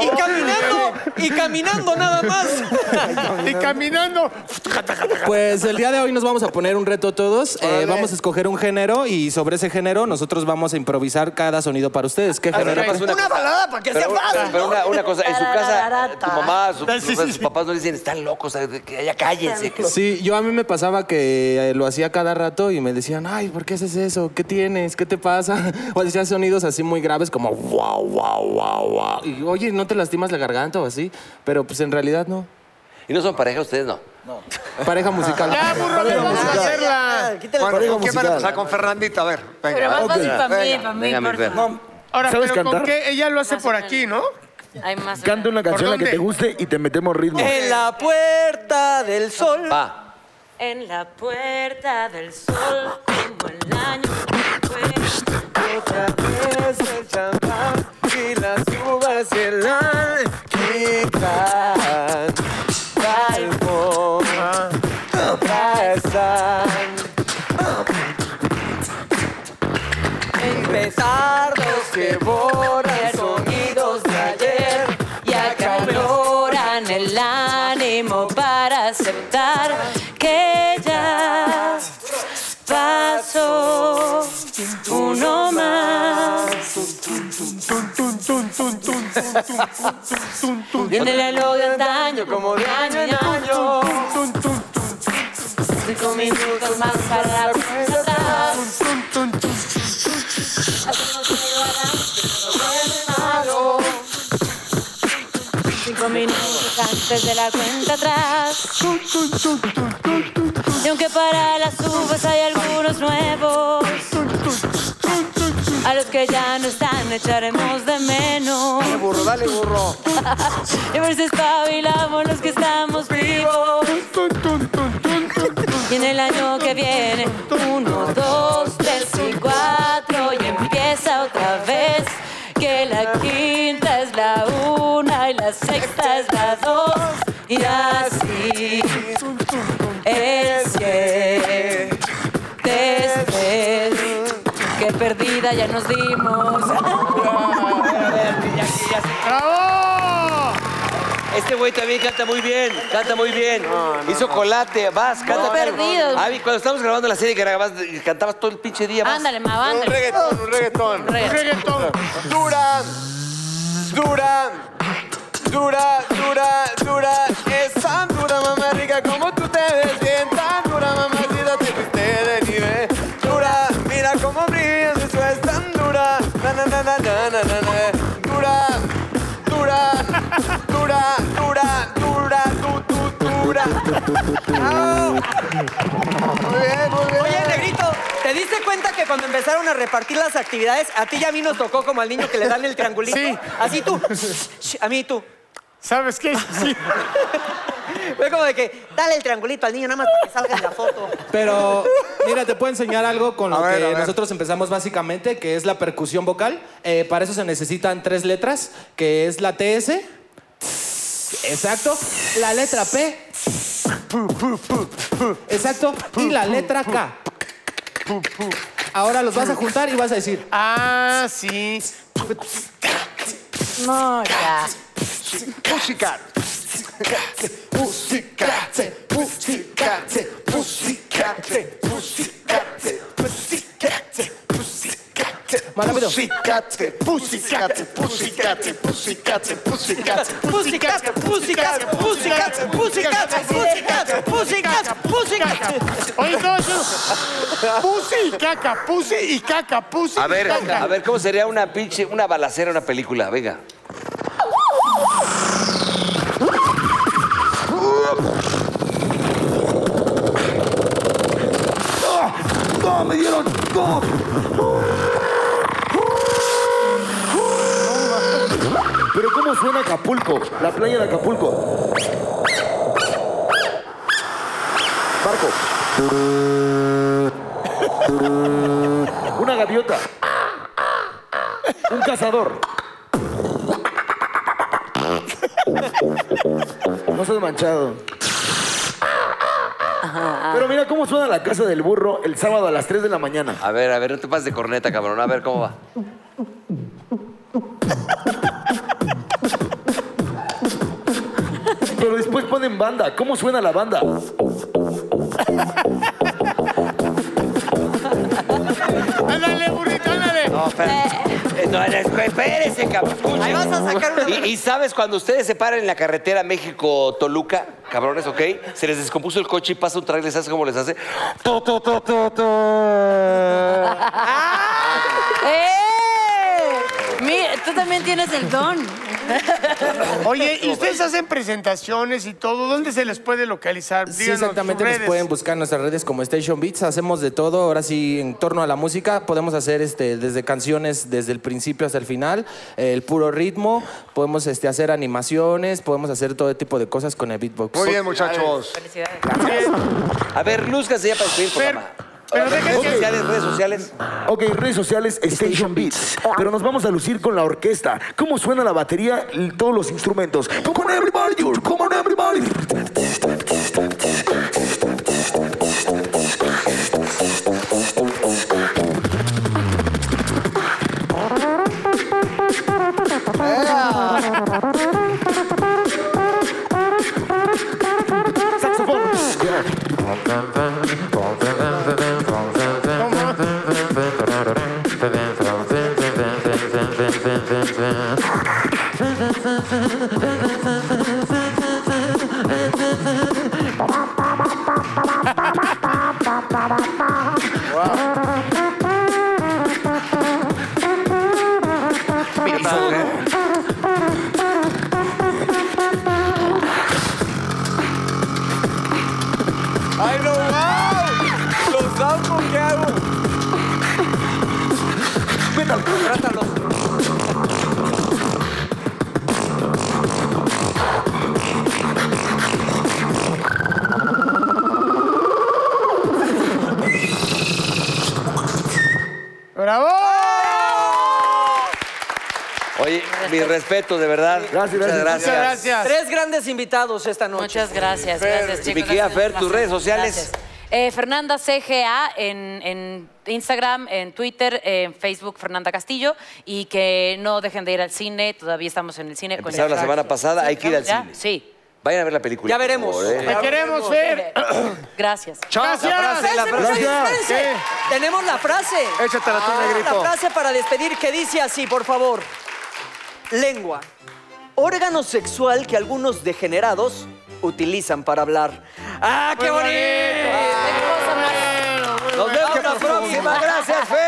[SPEAKER 9] Y caminando, y caminando nada más.
[SPEAKER 6] Y caminando.
[SPEAKER 11] Pues el día de hoy nos vamos a poner un reto todos. Eh, vamos a escoger un género y sobre ese género nosotros vamos a improvisar cada sonido para ustedes. ¿Qué género?
[SPEAKER 2] nada más
[SPEAKER 9] Una, balada para que sea
[SPEAKER 2] Pero,
[SPEAKER 9] fácil.
[SPEAKER 2] pero
[SPEAKER 9] ¿no?
[SPEAKER 2] una, una cosa, en su casa, tu mamá, su-
[SPEAKER 6] Sí, sí,
[SPEAKER 2] sus
[SPEAKER 6] sí.
[SPEAKER 2] papás no le dicen, están locos, o sea, que ya cállense. que-
[SPEAKER 11] Sí, yo a mí me pasaba que eh, lo hacía cada rato y me decían, ay, ¿por qué haces eso? ¿Qué tienes? ¿Qué te pasa? O hacía sonidos así muy graves como wow, wow, wow, wow. Y oye, ¿no te lastimas la garganta o así? Pero pues en realidad no.
[SPEAKER 2] Y no son pareja ustedes, no.
[SPEAKER 11] Pareja musical.
[SPEAKER 6] Ya,
[SPEAKER 5] Ah,
[SPEAKER 6] burro, ven, vamos a
[SPEAKER 9] Ya,
[SPEAKER 6] hacerla.
[SPEAKER 9] ya, quítale
[SPEAKER 4] Bueno,
[SPEAKER 9] el-
[SPEAKER 4] ¿con quién van a empezar? Con Fernandita, a ver. Venga.
[SPEAKER 8] Pero más
[SPEAKER 4] Ok.
[SPEAKER 8] fácil para mí,
[SPEAKER 4] Venga.
[SPEAKER 8] para mí,
[SPEAKER 2] Venga, mi
[SPEAKER 8] por
[SPEAKER 2] Fer.
[SPEAKER 8] favor.
[SPEAKER 6] Ahora,
[SPEAKER 10] ¿Sabes
[SPEAKER 6] pero
[SPEAKER 10] cantar?
[SPEAKER 6] ¿con qué? Ella lo hace
[SPEAKER 8] Más
[SPEAKER 6] por
[SPEAKER 8] o menos.
[SPEAKER 6] aquí, ¿no?
[SPEAKER 8] Hay más.
[SPEAKER 10] Canta una canción a la que
[SPEAKER 6] dónde?
[SPEAKER 10] te guste y te metemos ritmo.
[SPEAKER 9] En la puerta del sol.
[SPEAKER 2] Va.
[SPEAKER 8] En la puerta del sol tengo el año. pues,
[SPEAKER 5] Otra vez el champán y las uvas se la quitan. La alfombra pasan.
[SPEAKER 9] Empezar
[SPEAKER 5] que borran sonidos de ayer.
[SPEAKER 12] Viene la loga antaño como de año en año. Cinco minutos más para la cuenta atrás. Hacemos algo adelante, pero bueno, malo. Cinco minutos antes de la cuenta atrás. Y aunque para las uvas hay algunos nuevos, a los que ya no están echaremos de menos. Dale burro, dale burro. [laughs] y a ver si espabilamos los que estamos vivos. y en el año que viene, uno, dos, tres y cuatro, y empieza otra vez. Que la quinta es la una y la sexta es la dos, y así es que después que perdida ya nos dimos.
[SPEAKER 2] Este güey también canta muy bien, canta muy bien. Hizo colate, vas, canta.
[SPEAKER 12] perdidos.
[SPEAKER 2] Abi, cuando estábamos grabando la serie que grababas, cantabas todo el pinche día. vas.
[SPEAKER 12] Ándale, ma, ándale.
[SPEAKER 2] Un reggaetón, un reggaetón.
[SPEAKER 12] Un reggaetón.
[SPEAKER 5] Dura, dura, dura, dura, dura. Es tan dura, mamá rica, como tú te ves bien. Tan dura, mamacita, te fuiste de nivel. Dura, mira cómo brillas, eso es tan dura. Na, na, na, na, na, na, na, na. Dura, dura, dura, dura, dura, du, du, dura.
[SPEAKER 3] Oye, Negrito, ¿te diste cuenta que cuando empezaron a repartir las actividades, a ti y a mí nos tocó como al niño que le dan el triangulito?
[SPEAKER 6] Sí.
[SPEAKER 3] Así tú, a mí tú.
[SPEAKER 6] ¿Sabes qué? Sí.
[SPEAKER 3] [laughs] Fue como de que, dale el triangulito al niño nada más para que salga en la foto.
[SPEAKER 11] Pero, mira, te puedo enseñar algo con lo
[SPEAKER 3] ver, a
[SPEAKER 11] que
[SPEAKER 3] ver.
[SPEAKER 11] nosotros empezamos básicamente, que es la percusión vocal. Eh, para eso se necesitan tres letras, que es la TS. Exacto. La letra P. Exacto. Y la letra K. Ahora los vas a juntar y vas a decir.
[SPEAKER 6] Ah, sí.
[SPEAKER 12] No, ya.
[SPEAKER 1] Pussycat. Pussycat. Pussycat. Pussycat. Pussycat. Pussycat.
[SPEAKER 11] Más rápido.
[SPEAKER 1] Pussycat. Pussycat. Pussycat. Pussycat. Pussycat.
[SPEAKER 12] Pussycat, pussycat, pussycat, pussycat, pussycat, pussycat, pussycat.
[SPEAKER 6] Oye, no, yo. Pusi y caca, pusi y caca, pusi
[SPEAKER 2] A ver,
[SPEAKER 6] y caca.
[SPEAKER 2] a ver, ¿cómo sería una pinche, una balacera, una película? Venga.
[SPEAKER 13] ¡No, me dieron! ¡No!
[SPEAKER 10] Pero ¿cómo suena Acapulco? La playa de Acapulco. Barco. Una gaviota. Un cazador. No soy manchado. Pero mira cómo suena la casa del burro el sábado a las 3 de la mañana.
[SPEAKER 2] A ver, a ver, no te pases de corneta, cabrón. A ver cómo va.
[SPEAKER 10] Pero después ponen banda. ¿Cómo suena la banda?
[SPEAKER 6] Ándale, burrito, ándale.
[SPEAKER 2] No, espérate. Eh, No, no, espérese, cabrón. Escuche.
[SPEAKER 3] Ahí vas a sacar una-
[SPEAKER 2] ¿Y, y sabes, cuando ustedes se paran en la carretera México-Toluca, cabrones, ¿ok? Se les descompuso el coche y pasa un trailer, ¿sabes cómo les hace? Tu, tu, tu, tu, tu.
[SPEAKER 8] ¡Eh! Mira, tú también tienes el don.
[SPEAKER 6] Oye, ¿y ustedes hacen presentaciones y todo? ¿Dónde se les puede localizar?
[SPEAKER 11] Sí, exactamente. Nos pueden buscar en nuestras redes como Station Beats. Hacemos de todo. Ahora sí, en torno a la música, podemos hacer este, desde canciones desde el principio hasta el final, eh, el puro ritmo. Podemos este, hacer animaciones, podemos hacer todo tipo de cosas con el beatbox.
[SPEAKER 1] Muy bien, muchachos.
[SPEAKER 2] A ver, lúzcanse ya para despedir el programa.
[SPEAKER 6] Pero
[SPEAKER 2] redes sociales, redes sociales.
[SPEAKER 10] Ok, redes sociales Station Beats. Pero nos vamos a lucir con la orquesta. ¿Cómo suena la batería y todos los instrumentos? Come on everybody, come on everybody.
[SPEAKER 12] Saxofón.
[SPEAKER 1] ¡Ay, no, wow! ¡Los amo, qué hago! ¡Métalo, trátalo!
[SPEAKER 14] ¡Bravo!
[SPEAKER 2] Oye, mis respetos, de verdad. Gracias,
[SPEAKER 3] Muchas gracias. Tres grandes invitados esta noche.
[SPEAKER 8] Muchas gracias, gracias
[SPEAKER 2] Y
[SPEAKER 8] chicos.
[SPEAKER 2] mi querida
[SPEAKER 8] ha sido
[SPEAKER 2] Este,
[SPEAKER 8] un
[SPEAKER 2] Fer, tus
[SPEAKER 8] placer.
[SPEAKER 2] redes sociales.
[SPEAKER 8] Gracias. Eh, Fernanda CGA en, en Instagram, en Twitter, en Facebook, Fernanda Castillo. Y que no dejen de ir al cine, todavía estamos en el cine. con
[SPEAKER 2] Empezaron la
[SPEAKER 8] Jack.
[SPEAKER 2] semana pasada,
[SPEAKER 8] Sí,
[SPEAKER 2] hay que ir al
[SPEAKER 8] ya,
[SPEAKER 2] cine.
[SPEAKER 8] Sí.
[SPEAKER 2] Vayan a ver la película.
[SPEAKER 8] Ya
[SPEAKER 2] por
[SPEAKER 8] veremos.
[SPEAKER 2] favor, ¿eh?
[SPEAKER 8] Ya
[SPEAKER 14] queremos ver.
[SPEAKER 8] Gracias.
[SPEAKER 2] Chao, la frase, la frase.
[SPEAKER 3] Espérense,
[SPEAKER 2] ¿Qué?
[SPEAKER 3] Tenemos la frase. Ah,
[SPEAKER 15] Échatela tú, negrito.
[SPEAKER 3] La frase para despedir que dice así, por favor. Lengua. Órgano sexual que algunos degenerados utilizan para hablar. ¡Ah, qué bonito!
[SPEAKER 8] Qué cosa más-
[SPEAKER 3] Nos vemos la próxima. Gracias, Fer.